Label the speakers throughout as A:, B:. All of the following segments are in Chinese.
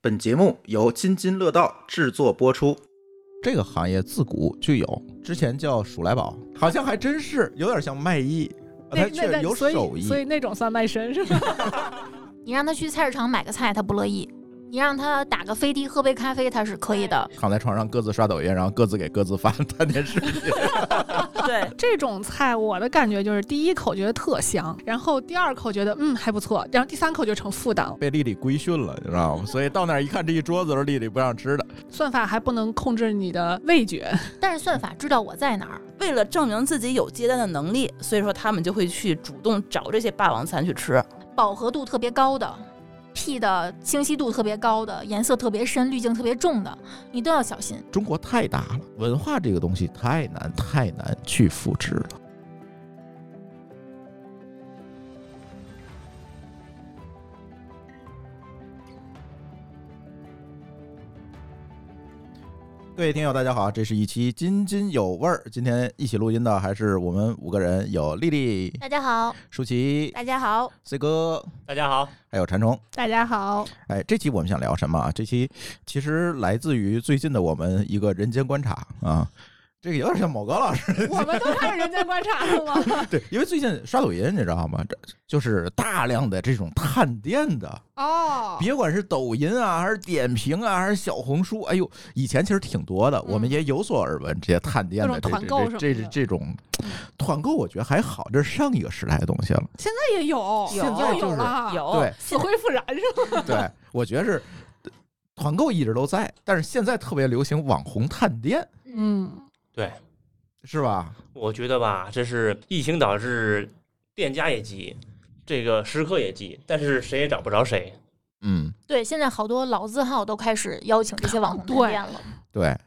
A: 本节目由津津乐道制作播出。
B: 这个行业自古就有，之前叫鼠来宝，好像还真是有点像卖艺，啊它
C: 那那
B: 确
C: 那
B: 有
C: 所
B: 手
C: 以
B: 艺
C: 所。以那种算卖身 是吧？
D: 你让他去菜市场买个菜，他不乐意；你让他打个飞的喝杯咖啡，他是可以的。
B: 躺在床上各自刷抖音，然后各自给各自发 看电视。
E: 对，
C: 这种菜我的感觉就是第一口觉得特香，然后第二口觉得嗯还不错，然后第三口就成负担，
B: 被丽丽规训了，你知道吗？所以到那儿一看，这一桌子都是丽丽不让吃的。
C: 算法还不能控制你的味觉。
D: 但是算法知道我在哪儿，
E: 为了证明自己有接单的能力，所以说他们就会去主动找这些霸王餐去吃。
D: 饱和度特别高的，P 的清晰度特别高的，颜色特别深、滤镜特别重的，你都要小心。
B: 中国太大了，文化这个东西太难太难去复制了。各位听友，大家好，这是一期津津有味儿。今天一起录音的还是我们五个人，有丽丽、
D: 大家好，
B: 舒淇、
D: 大家好，
B: C 哥，
F: 大家好，
B: 还有馋虫。
C: 大家好，
B: 哎，这期我们想聊什么啊？这期其实来自于最近的我们一个人间观察啊，这个有点像某高老师
C: 我们都开始人间观察了吗？
B: 对，因为最近刷抖音，你知道吗？这就是大量的这种探店的，
C: 哦，
B: 别管是抖音啊，还是点评啊，还是小红书，哎呦，以前其实挺多的，我们
C: 嗯
B: 也有所耳闻这些探店的这
C: 各种团购
B: 这这
C: 什
B: 这
C: 么的嗯
B: 这种团购，我觉得还好，这是上一个时代的东西 了。
C: 现在也有，
E: 有啊
C: 现在
B: 就是
C: 了，
E: 有
B: 对
C: 死灰复燃是吧？
B: 对， 我觉得是团购一直都在，但是现在特别流行网红探店，
C: 嗯，
F: 对
B: 是吧？
F: 我觉得吧，这是疫情导致店家也急，这个食客也急，但是谁也找不 着谁。
B: 嗯，
D: 对，现在好多老字号都开始邀请这些网红探
C: 对
D: 店了。
B: 对，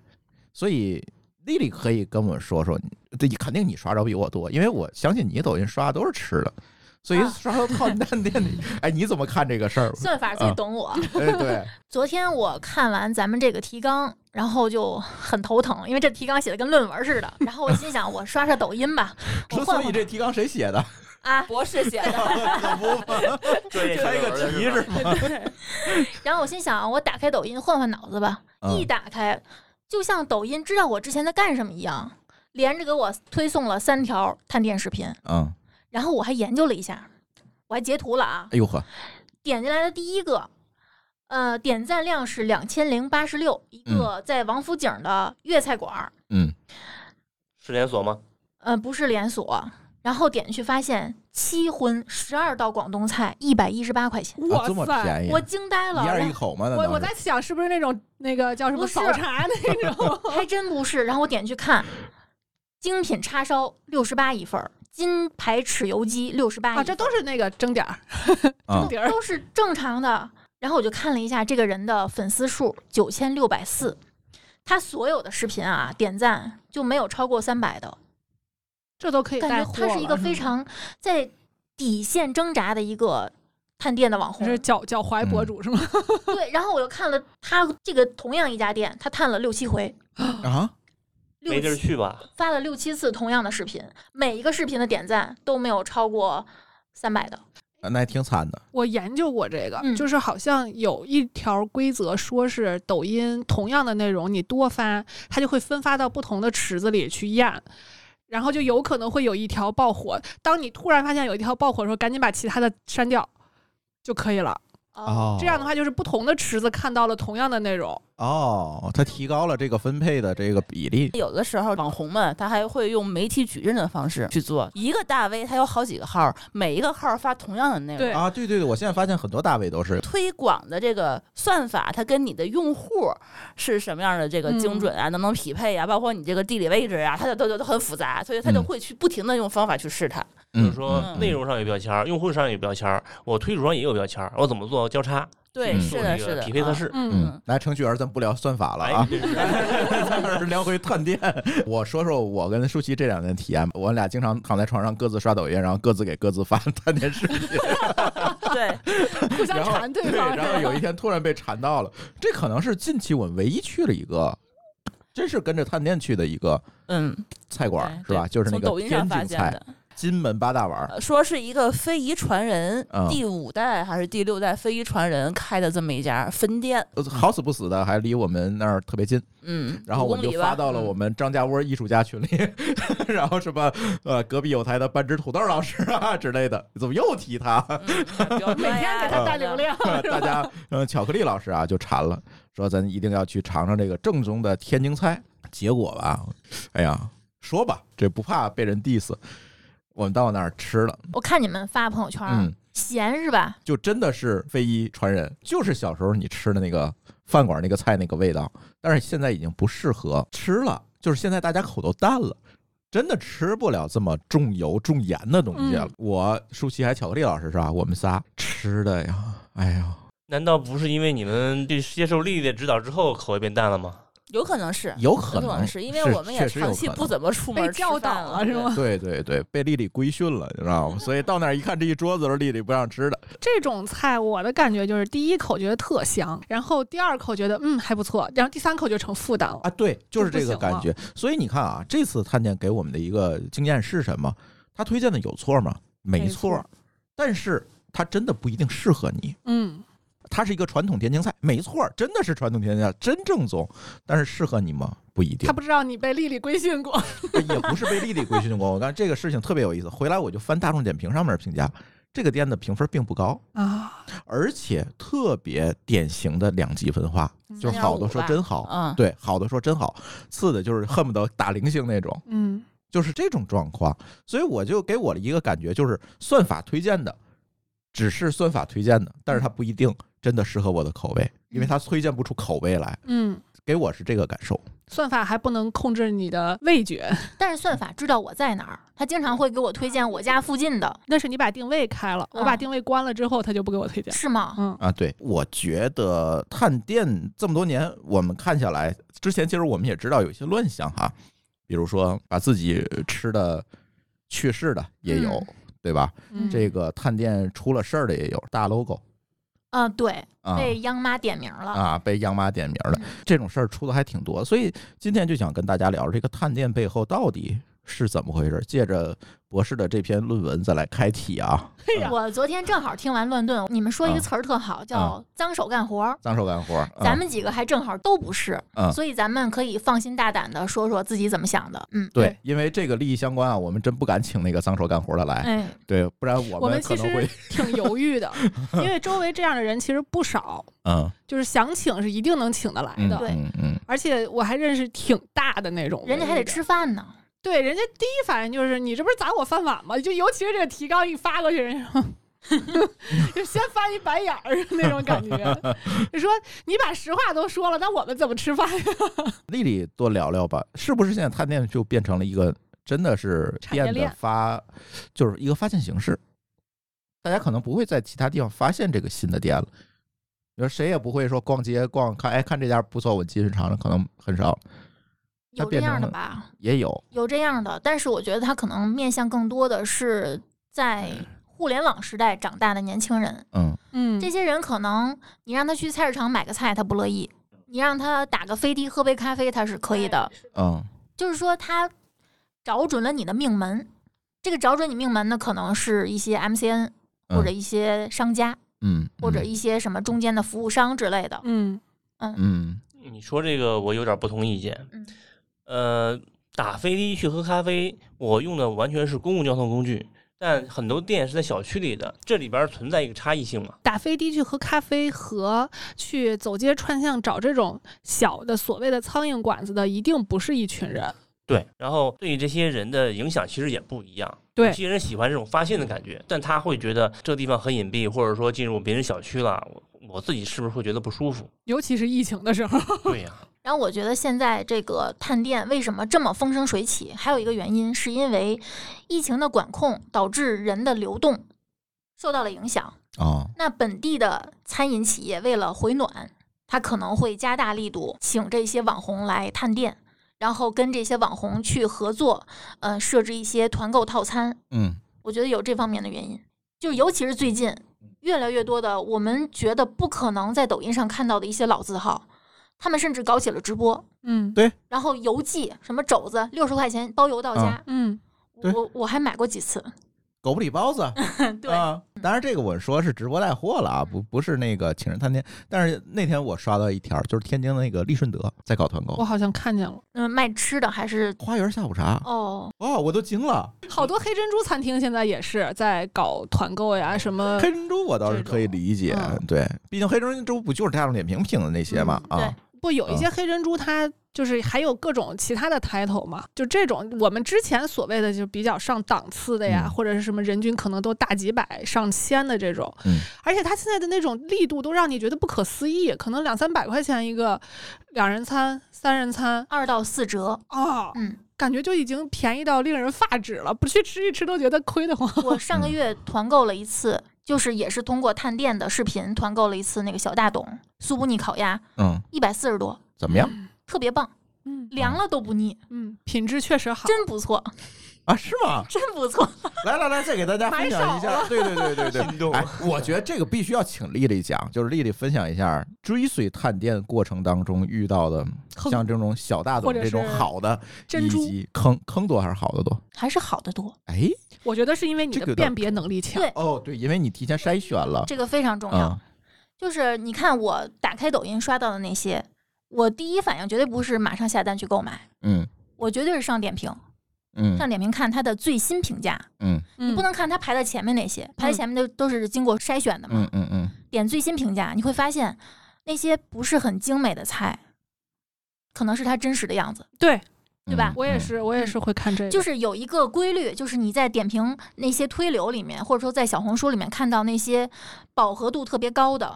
B: 所以丽丽可以跟我说说，对，肯定你刷着比我多，因为我相信你抖音刷的都是吃的，所以
D: 啊
B: 刷到探探店 里，哎，你怎么看这个事儿？
D: 算法最懂我。
B: 哎， 对，
D: 昨天我看完咱们这个提纲，然后就很头疼，因为这提纲写的跟论文似的。然后我心想，我刷刷抖音吧，我
B: 说
D: 换
B: 所以
D: 换
B: 这提纲谁写 的？
D: 啊。
E: 博士写的，
B: 可不嘛，
F: 专业
B: 这还有个题
E: 啊
B: 是吗？
D: 然后我心想，我打开抖音换换脑子吧。
B: 嗯
D: 一打开，就像抖音知道我之前在干什么一样，连着给我推送了三条探店视频。
B: 嗯，
D: 然后我还研究了一下，我还截图了啊。
B: 哎呦呵，
D: 点进来的第一个，呃，点赞量是两千零八十六，一个在王府井的粤菜馆儿。
B: 嗯，
F: 是连锁吗？
D: 呃，不是连锁。然后点进去发现七荤十二道广东菜一百一十八块钱，
B: 啊
C: 哇
B: 这么
C: 塞！
B: 便宜，
D: 我惊呆了。
B: 一人
D: 然
B: 一
D: 后
B: 口吗？那
C: 我
B: 当
C: 我
B: 时
C: 在想是不是那种那个叫什么
D: 不是
C: 早茶 那 种
D: 还真不是。然后我点去看，精品叉烧六十八一份儿，金牌豉油鸡六十八
C: 啊？这都是那个争点儿，嗯
B: 啊
C: 争点儿
D: 都是正常的。然后我就看了一下这个人的粉丝数九千六百四，他所有的视频啊点赞就没有超过三百的，
C: 这都可以
D: 感
C: 带
D: 觉
C: 货
D: 他是一个
C: 了
D: 非常在底线挣扎的一个探店的网
C: 你
D: 红。
C: 是脚脚踝博主是吗？
D: 对，然后我又看了他这个同样一家店，他探了六七回，
B: 啊，
D: 六
F: 没地儿
D: 七
F: 去吧？
D: 发了六七次同样的视频，每一个视频的点赞都没有超过三百的。
B: 那还挺惨的，
C: 我研究过这个，
D: 嗯
C: 就是好像有一条规则，说是抖音同样的内容你多发，它就会分发到不同的池子里去验，然后就有可能会有一条爆火。当你突然发现有一条爆火的时候，赶紧把其他的删掉就可以了。
B: 哦
C: 这样的话，就是不同的池子看到了同样的内容。
B: 哦，它提高了这个分配的这个比例，
E: 有的时候网红们他还会用媒体矩阵的方式去做，一个大 V 他有好几个号，每一个号发同样的内容
C: 对。
B: 啊，对对对，我现在发现很多大 V 都是，
E: 推广的这个算法，它跟你的用户是什么样的这个精准啊，能不能匹配啊，包括你这个地理位置啊，它就都都都很复杂，所以它就
B: 嗯
E: 会去不停的用方法去试探。
F: 就是说
E: 嗯
F: 内容上有标签儿，用户上有标签儿，我推主上也有标签儿，我怎么做交叉？
E: 对，
B: 嗯
E: 是
F: 做
E: 的，
F: 这
E: 是
F: 个
E: 的，
F: 匹配合
E: 啊
F: 适。
C: 嗯，
B: 嗯，来，程序员，咱不聊算法了啊
F: 哎，，这是
B: 咱们聊回探店。我说说我跟舒淇这两年体验吧。我俩经常躺在床上各自刷抖音，然后各自给各自发探店视频，
E: 对，
C: 互相
B: 然后
C: 馋对
B: 对，
C: 方是吧。
B: 然后有一天突然被馋到了。这可能是近期我唯一去了一个，真是跟着探店去的一个
E: 嗯，
B: 菜馆，
E: 对
B: 是吧？就是那
E: 从
B: 个
E: 抖音
B: 天
E: 上发
B: 津
E: 现
B: 菜，
E: 的，
B: 金门八大碗儿，
E: 呃说是一个非遗传人
B: 啊
E: 第五代还是第六代非遗传人开的这么一家分店，
B: 呃好死不死的还离我们那儿特别近，
E: 嗯，
B: 然后
E: 五
B: 我
E: 公
B: 就
E: 里吧
B: 发到了我
E: 嗯
B: 们张家窝艺术家群里， 然后什么呃隔壁有台的半只土豆老师啊之类的，怎么又提他？
E: 嗯 每
C: 每天给
B: 嗯
C: 他带流，量，
B: 大家，嗯，巧克力老师啊就馋了，说咱一定要去尝尝这个正宗的天津菜。结果吧，哎呀，说吧，这不怕被人 diss，我们到那儿吃了，
D: 我看你们发朋友圈，
B: 嗯，
D: 咸是吧？
B: 就真的是非遗传人，就是小时候你吃的那个饭馆那个菜那个味道，但是现在已经不适合吃了，就是现在大家口都淡了。真的吃不了这么重油重盐的东西了。
C: 嗯
B: 我舒淇还巧克力老师是吧？我们仨吃的呀，哎呀，
F: 难道不是因为你们对接受丽丽的指导之后口味变淡了吗？
E: 有可能是，
B: 有可
E: 有
B: 能
E: 是因为我们也
B: 确实有
E: 长期
B: 可能
E: 不怎么出门
C: 被
E: 吃
C: 教导
E: 饭
C: 了是
E: 对
C: 吗？
B: 对对对，被丽丽规训了，你知 道吗？所以到那儿一看，这一桌子都是丽丽不让吃的。
C: 这种菜我的感觉就是，第一口觉得特香，然后第二口觉得嗯还不错，然后第三口就成负担了。
B: 啊，对，就是
C: 就不
B: 这个
C: 行
B: 感
C: 了
B: 觉。所以你看啊，这次探店给我们的一个经验是什么？他推荐的有错吗？没
C: 没
B: 错，
C: 错
B: 但是它真的不一定适合你。
C: 嗯，
B: 它是一个传统天津菜，没错，真的是传统天津菜，真正宗。但是适合你吗？不一定
C: 他。不知道你被丽丽规训过，
B: 也不是被丽丽规训过。我看这个事情特别有意思，回来我就翻大众点评上面的评价，这个店的评分并不高。
C: 啊，
B: 而且特别典型的两极分化，就是好的说真好，
E: 嗯
B: 哦对，好的说真好，次的就是恨不得打零星那种，
C: 嗯，
B: 就是这种状况。所以我就给我的一个感觉就是，算法推荐的只是算法推荐的，但是它不一定真的适合我的口味，因为它推荐不出口味来，
C: 嗯，
B: 给我是这个感受。
C: 算法还不能控制你的味觉，
D: 但是算法知道我在哪儿，他经常会给我推荐我家附近的，
C: 那是你把定位开了，我把
D: 啊
C: 定位关了之后，他就不给我推荐。
D: 是吗？
C: 嗯，
B: 啊，对，我觉得探店这么多年，我们看下来，之前其实我们也知道有一些乱象哈，比如说把自己吃的去世的也有，
D: 嗯
B: 对吧？
C: 嗯
B: 这个探店出了事儿的也有，大 logo
D: 啊，对，
B: 啊
D: 被央妈点名了。
B: 啊，被央妈点名的
D: 嗯
B: 这种事儿出的还挺多，所以今天就想跟大家聊这个探店背后到底是怎么回事儿，借着博士的这篇论文再来开题啊，
C: 哎呀，
D: 我昨天正好听完乱炖，你们说一
B: 啊
D: 个词儿特好，叫“脏手干活儿
B: 脏手干活儿”，，
D: 咱
B: 啊
D: 们几个还正好都不是
B: 嗯，
D: 所以咱们可以放心大胆的说说自己怎么想的。嗯，
B: 对，因为这个利益相关啊，我们真不敢请那个脏手干活儿的来，
D: 哎，
B: 对，不然我
C: 我
B: 们
C: 们
B: 可
C: 其
B: 能会
C: 实 挺犹豫 的，因为周围这样的人其实不少，
B: 嗯
C: 就是想请是一定能请得来的。
D: 对
B: 嗯嗯
C: 而且我还认识挺大的那种，
D: 人家还得。吃饭呢。
C: 对，人家第一反应就是你这不是砸我饭碗吗？就尤其是这个提纲一发过去，人家说 就先翻一白眼儿那种感觉。 你说你把实话都说了，那我们怎么吃饭呀？
B: 丽丽多聊聊吧，是不是现在探店就变成了一个真的是
C: 产业
B: 变得
C: 链
B: 发，就是一个发现形式？大家可能不会在其他地方发现这个新的店了。你说谁也不会说逛街逛看，哎，看这家不错，我进去尝尝，可能很少，它
D: 有这
B: 变成
D: 样的
B: 了
D: 吧？
B: 也有，
D: 有这样的，但是我觉得他可能面向更多的是在互联网时代长大的年轻人。
B: 嗯
C: 嗯
D: 这些人可能你让他去菜市场买个菜，他不乐意；你让他打个飞的喝杯咖啡，他是可以的。
B: 嗯
D: 就是说，他找准了你的命门。这个找准你命门呢，可能是一些 MCN
B: 嗯
D: 或者一些商家，
B: 嗯，
D: 或者
B: 嗯
D: 一些什么中间的服务商之类的。
C: 嗯
B: 嗯
F: 你说这个我有点不同意见。
D: 嗯，
F: 呃，打飞的去喝咖啡，我用的完全是公共交通工具，但很多店是在小区里的，这里边存在一个差异性嘛。
C: 打飞的去喝咖啡和去走街串巷找这种小的所谓的苍蝇馆子的，一定不是一群人。
F: 对，然后对这些人的影响其实也不一样。
C: 对
F: 有些人喜欢这种发现的感觉，但他会觉得这地方很隐蔽，或者说进入别人小区了，我我自己是不是会觉得不舒服？
C: 尤其是疫情的 时候，
F: 对呀、
D: 然后我觉得现在这个探店为什么这么风生水起，还有一个原因是因为疫情的管控导致人的流动受到了影响。
B: 哦，
D: 那本地的餐饮企业为了回暖，它可能会加大力度，请这些网红来探店，然后跟这些网红去合作，呃，设置一些团购套餐。
B: 嗯
D: 我觉得有这方面的原因，就尤其是最近越来越多的我们觉得不可能在抖音上看到的一些老字号，他们甚至搞起了直播，
C: 嗯
B: 对
D: 然后邮寄什么肘子六十块钱包邮到家。
C: 嗯，
B: 对
D: 我我还买过几次，
B: 狗不理包子，
D: 对嗯
B: 啊，当然这个我说是直播带货了啊，不不是那个请人探店。但是那天我刷到一条，就是天津的那个利顺德在搞团
C: 我
B: 购，
C: 好像看见了，
D: 嗯，卖吃的还是
B: 花园下午茶，
D: 哦，
B: 哦，我都惊了。
C: 好多黑珍珠餐厅现在也是在搞团购呀，什
D: 呃
C: 么
B: 黑珍珠我倒是可以理解
C: 这种，
B: 对，毕竟黑珍珠不就是大众点评评的那些嘛
D: 嗯
B: 啊，
C: 不有一些黑珍珠它。就是还有各种其他的 title 嘛，就这种我们之前所谓的就比较上档次的呀，
B: 嗯
C: 或者是什么人均可能都大几百、上千的这种，
B: 嗯
C: 而且它现在的那种力度都让你觉得不可思议，可能两三百块钱一个两人餐、三人餐
D: 二到四折。
C: 啊、
D: 嗯，
C: 感觉就已经便宜到令人发指了，不去吃一吃都觉得亏得慌。
D: 我上个
B: 嗯
D: 月团购了一次，就是也是通过探店的视频团购了一次那个小大董苏布尼烤鸭，
B: 嗯，
D: 一百四十多，
B: 怎么样
D: 特别棒，
C: 嗯
D: 凉了都不腻，
C: 嗯， 品质确实好。
D: 真不错，
B: 啊？是吗？
D: 真不错。
B: 来来来，再给大家分享一
C: 买
B: 下，对对对对对，
F: 心动
B: 哎，我觉得这个必须要请丽丽讲，就是丽丽分享一下追随探店过程当中遇到的，
C: 哼
B: 像这种小大董
C: 或者
B: 这种
C: 是
B: 好的，
C: 珍
B: 以
C: 珠
B: 及坑坑多还是好的多？
D: 还是好的多，
B: 哎，
C: 我觉得是因为你
B: 这个
C: 的
B: 有点
C: 辨别能力强。
D: 对
B: 哦，对，因为你提前筛选了，
D: 这个非常重要。
B: 啊，
D: 就是你看我打开抖音刷到的那些，我第一反应绝对不是马上下单去购买，
B: 嗯
D: 我绝对是上点评，
B: 嗯
D: 上点评看它的最新评价，
B: 嗯
C: 嗯
D: 你不能看它排在前面那些，排在前面的都是经过筛选的嘛。
B: 嗯嗯嗯，
D: 点最新评价，你会发现那些不是很精美的菜，可能是它真实的样子。
C: 对，
D: 对吧
C: 我也，是，我也是会看这个。
D: 就是有一个规律，就是你在点评那些推流里面，或者说在小红书里面看到那些饱和度特别高的、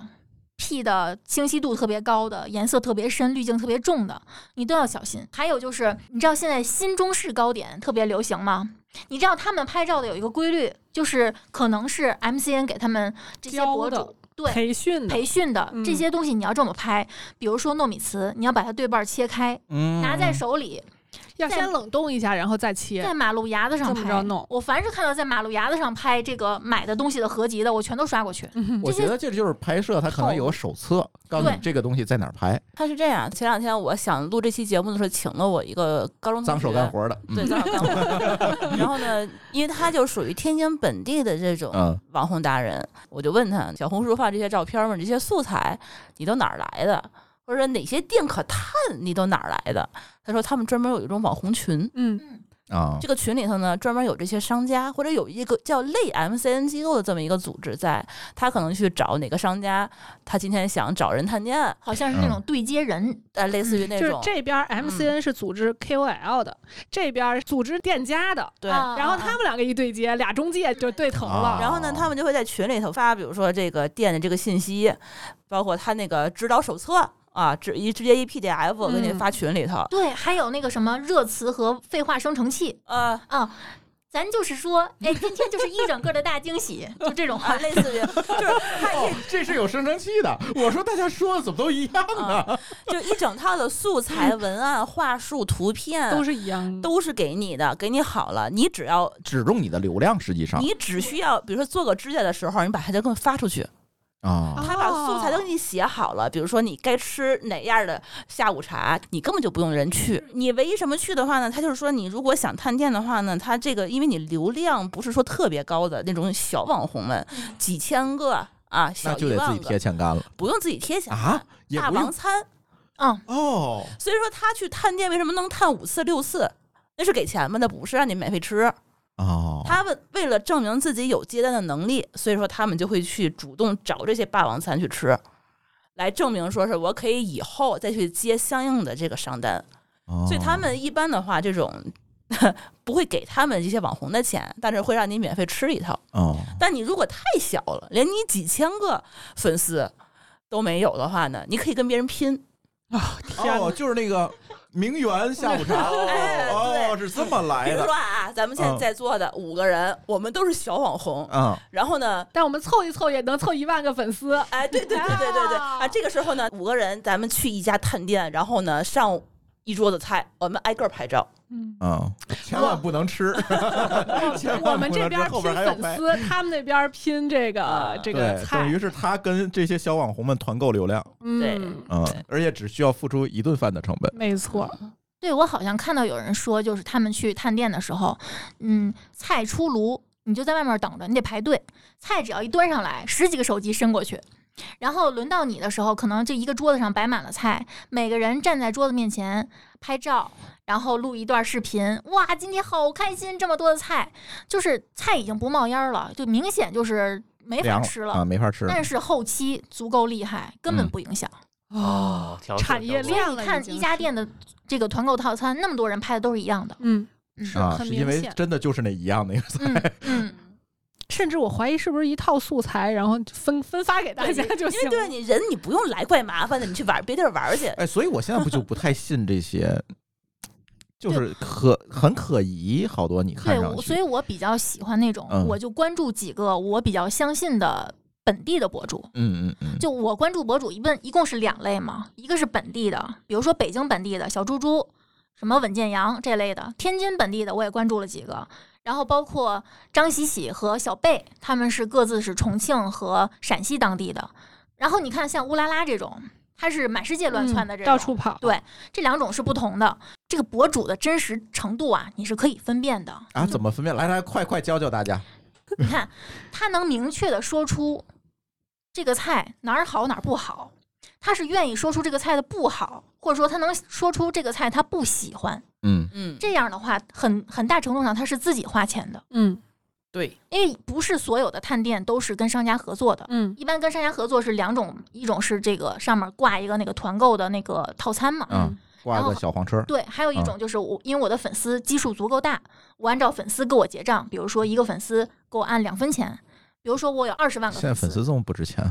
D: P 的清晰度特别高的、颜色特别深、滤镜特别重的，你都要小心。还有就是，你知道现在新中式糕点特别流行吗？你知道他们拍照的有一个规律，就是可能是 MCN 给他们这些博
C: 教
D: 主
C: 的
D: 对
C: 培训的
D: 培训的
C: 嗯
D: 这些东西，你要这么拍，比如说糯米糍，你要把它对半儿切开，
B: 嗯嗯嗯
D: 拿在手里，
C: 要
D: 在
C: 先冷冻一下，然后再切
D: 在。马路牙子上
C: 这么着
D: 拍
C: 弄。
D: 我凡是看到在马路牙子上拍这个买的东西的合集的，我全都刷过去。
C: 嗯
B: 我
D: 这些
B: 觉得这就是拍摄，它可能有个手册，告诉你
D: 对
B: 这个东西在哪儿拍，
E: 他是这样，前两天我想录这期节目的时候，请了我一个高中同学，
B: 脏手干活的，嗯
E: 对，脏手干活。然后呢，因为他就属于天津本地的 这种
B: 嗯
E: 网红达人，我就问他，小红书发这些照片吗？这些素材你都哪儿来的？或者说哪些店可探你都哪儿来的？他说他们专门有一种网红群，
C: 嗯，
B: 啊
E: 这个群里头呢专门有这些商家，或者有一个叫类 MCN 机构的这么一个组织在，他可能去找哪个商家，他今天想找人探店，
D: 好像是那种对接人，
E: 呃，类似于那
C: 嗯就是
E: 种。
C: 这边
D: 嗯
C: MCN 是组织 KOL 的，这边组织店家的，
E: 对，
D: 啊
C: 然后他们两个一对接，俩中介就对疼
B: 啊
C: 了。
E: 然后呢，他们就会在群里头发，比如说这个店的这个信息，包括他那个指导手册啊，直一直接一 PDF 给你
C: 嗯
E: 发群里头。
D: 对，还有那个什么热词和废话生成器
E: 呃，
D: 啊。咱就是说，哎，今天就是一整个的大惊喜，就这 种 话
E: 啊，。类似于就是
B: 哦， 这是有生成器的。我说大家说的怎么都一样 呢？
E: 就一整套的素
B: 嗯
E: 材、文案、话术、图
D: 嗯
E: 片
C: 都是一样的，
E: 都是给你的，给你好了，你只要
B: 只中你的流量，实际上
E: 你只需要，比如说做个指甲的时候，你把它就给我发出去，
B: 啊，
E: 他把素材都给你写好了。比如说你该吃哪样的下午茶，你根本就不用人去。
B: 嗯
E: 你唯一什么去的话呢？他就是说，你如果想探店的话呢，他这个因为你流量不是说特别高的那种小网红们，几千个啊，
B: 嗯那
E: 小
B: 就
E: 一
B: 得自己
E: 万
B: 贴
E: 个，
B: 钱干了
E: 不用自己贴钱
B: 啊，也
E: 大
B: 不
E: 王
B: 用
E: 餐。
D: 嗯，
B: 哦。
E: 所以说他去探店为什么能探五次六次？那是给钱吗？那不是让你免费吃。
B: 哦，
E: 他们为了证明自己有接单的能力，所以说他们就会去主动找这些霸王餐去吃，来证明说是我可以以后再去接相应的这个商单。
B: 哦
E: 所以他们一般的话，这种 不会给他们这些网红的钱，但是会让你免费吃一套。
B: 哦，
E: 但你如果太小了，连你几千个粉丝都没有的话呢，你可以跟别人拼。
B: 哦，就是那个名媛下午茶，
E: 哎对
B: 哦，哦是这么
E: 比
B: 来
E: 如
B: 的
E: 说，啊，咱们现在
B: 嗯
E: 在座的五个人，我们都是小网红，
B: 嗯，
E: 然后呢，
C: 但我们凑一凑也能凑一万个粉 丝。
E: 哎，对对对对对对啊！这个时候呢，五个人咱们去一家探店，然后呢上一桌子菜，我们挨个儿拍照。
C: 嗯，
B: 嗯，千万不能吃，千万不能
C: 我们这
B: 吃
C: 边
B: 后
C: 拼
B: 边还有
C: 粉
B: 拍。
C: 丝，他们那边拼这
E: 啊
C: 个这个
B: 对，等
C: 菜
B: 于。是他跟这些小网红们团购流量，
E: 对
C: 嗯，
B: 嗯
E: 对，
B: 而且只需要付出一顿饭的成本。
C: 没错。
D: 对我好像看到有人说，就是他们去探店的时候，嗯，菜出炉，你就在外面等着，你得排队。菜只要一端上来，十几个手机伸过去，然后轮到你的时候，可能这一个桌子上摆满了菜，每个人站在桌子面前拍照，然后录一段视频。哇，今天好开心，这么多的菜，就是菜已经不冒烟儿了，就明显就是没法
B: 凉
D: 吃了。
B: 啊，没法吃。
D: 但是后期足够厉害，根本
B: 嗯
D: 不影响。
F: 哦， 调色
C: 产业
F: 调色
C: 链
D: 所以
C: 了
D: 你
C: 已
D: 看
C: 经
D: 一家
C: 是
D: 店的这个团购套餐，那么多人拍的都是一样的。
C: 嗯，
D: 嗯
C: 是
B: 啊，
C: 很
B: 是因
C: 明
B: 为
C: 显。
B: 真的就是那一样那个菜，
D: 嗯嗯，
C: 甚至我怀疑是不是一套素材，然后分分发给大
E: 对
C: 家
E: 你
C: 就
E: 因为
C: 行
E: 对啊
C: 了。
E: 你人你不用来怪麻烦的，你去玩别地儿玩去。
B: 哎，所以我现在不就不太信这 些，就是可很可疑，好多你 看
D: 对，
B: 上
D: 我所
B: 去
D: 以我比较喜欢那种，
B: 嗯
D: 我就关注几个我比较相信的本地的博主。
B: 嗯嗯嗯，
D: 就我关注博主一问，一共是两类嘛，一个是本地的，比如说北京本地的小猪猪，什么稳健羊这类的；天津本地的我也关注了几个，然后包括张喜喜和小贝，他们是各自是重庆和陕西当地的。然后你看，像乌拉拉这种，它是满世界乱窜的
C: 嗯
D: 这种，
C: 到处跑，
D: 对这两种是不同的。这个博主的真实程度啊，你是可以分辨的。
B: 啊，怎么分辨？来来，快快教教大家。
D: 你看，他能明确的说出这个菜哪儿好哪儿不好，他是愿意说出这个菜的不好，或者说他能说出这个菜他不喜欢。
B: 嗯，
E: 嗯，
D: 这样的话，很很大程度上他是自己花钱的，
C: 嗯
E: 对，
D: 因为不是所有的探店都是跟商家合作的。
C: 嗯
D: 一般跟商家合作是两种，一种是这个上面挂一个那个团购的那个套餐嘛，
B: 啊
C: 嗯，
B: 挂
D: 然
B: 个
D: 后
B: 小黄车，
D: 对，还
B: 嗯
D: 有一种就是我，因为我的粉丝基数足够大，我按照粉丝给我结账，比如说一个粉丝给我按两分钱，比如说我有二十万个
B: 现在粉
D: 丝
B: 丝这么不值钱，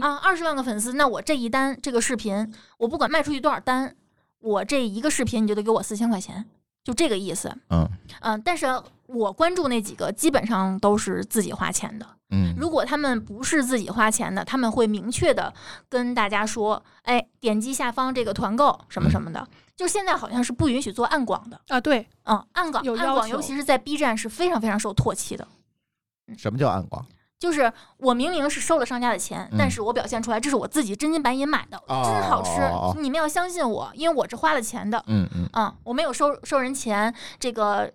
D: 啊，二十万个粉丝，那我这一单这个视频，我不管卖出去多少单，我这一个视频你就得给我四千块钱，就这个意思。
B: 嗯
D: 嗯、但是我关注那几个基本上都是自己花钱的，
B: 嗯，
D: 如果他们不是自己花钱的，他们会明确的跟大家说，哎，点击下方这个团购什
B: 嗯
D: 么什么的。就现在好像是不允许做暗广的，
C: 啊，对，
D: 嗯，暗广
C: 有
D: 暗
C: 要
D: 广，
C: 求
D: 尤其是在 B 站是非常非常受唾弃的。
B: 什么叫暗广
D: 就是我明明是收了商家的钱，
B: 嗯
D: 但是我表现出来这是我自己真金白银买的，
B: 哦
D: 真好吃，
B: 哦哦
D: 你们要相信我，因为我是花了钱的，
B: 嗯嗯
D: 嗯，我没有收收人钱，这个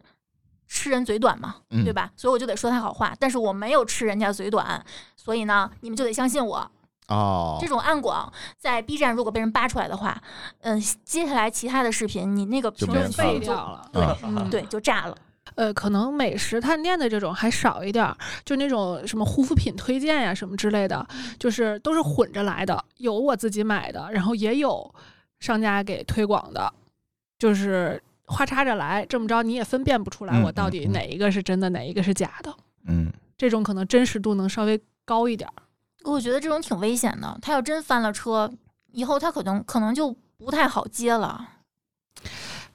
D: 吃人嘴短嘛，
B: 嗯，
D: 对？吧？所以我就得说他好话，但是我没有吃人家嘴短，所以呢，你们就得相信我，
B: 哦
D: 这，种暗广在 B 站如果被人扒出来的话，嗯，接下来其他的视频你那个
B: 就
D: 评
B: 没
D: 论
B: 法了
C: 废
D: 区就
C: 掉了。
D: 对、
B: 啊
C: 嗯
D: 对就炸了。
C: 呃，可能美食探店的这种还少一点儿，就那种什么护肤品推荐呀、什么之类的，就是都是混着来的，有我自己买的，然后也有商家给推广的，就是花插着来，这么着你也分辨不出来
B: 嗯
C: 我到底
B: 嗯嗯
C: 哪一个是真的，哪一个是假的。
B: 嗯，
C: 这种可能真实度能稍微高一点儿。
D: 我觉得这种挺危险的，他要真翻了车，以后他可能可能就不太好接了。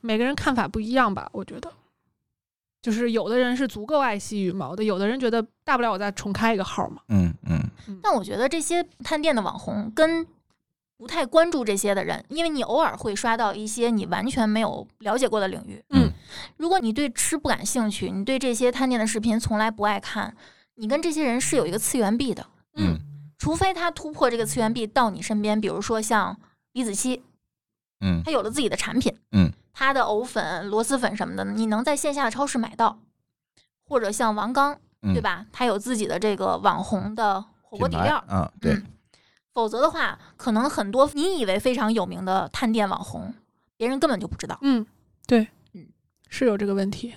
C: 每个人看法不一样吧，我觉得，就是有的人是足够爱惜羽毛的，有的人觉得大不了我再重开一个号嘛。
B: 嗯嗯，
D: 但我觉得这些探店的网红跟不太关注这些的人，因为你偶尔会刷到一些你完全没有了解过的领域。
B: 嗯，
D: 如果你对吃不感兴趣，你对这些探店的视频从来不爱看，你跟这些人是有一个次元壁的。
B: 嗯，
D: 除非他突破这个次元壁到你身边，比如说像李子柒，
B: 嗯
D: 他有了自己的产品，
B: 嗯，
D: 他的藕粉、螺蛳粉什么的，你能在线下的超市买到，或者像王刚，
B: 嗯
D: 对吧？他有自己的这个网红的火锅
B: 品
D: 底
B: 牌
D: 料，
B: 啊，对
D: 嗯，否则的话，可能很多你以为非常有名的探店网红，别人根本就不知道。
C: 嗯，对，
D: 嗯，
C: 是有这个问题，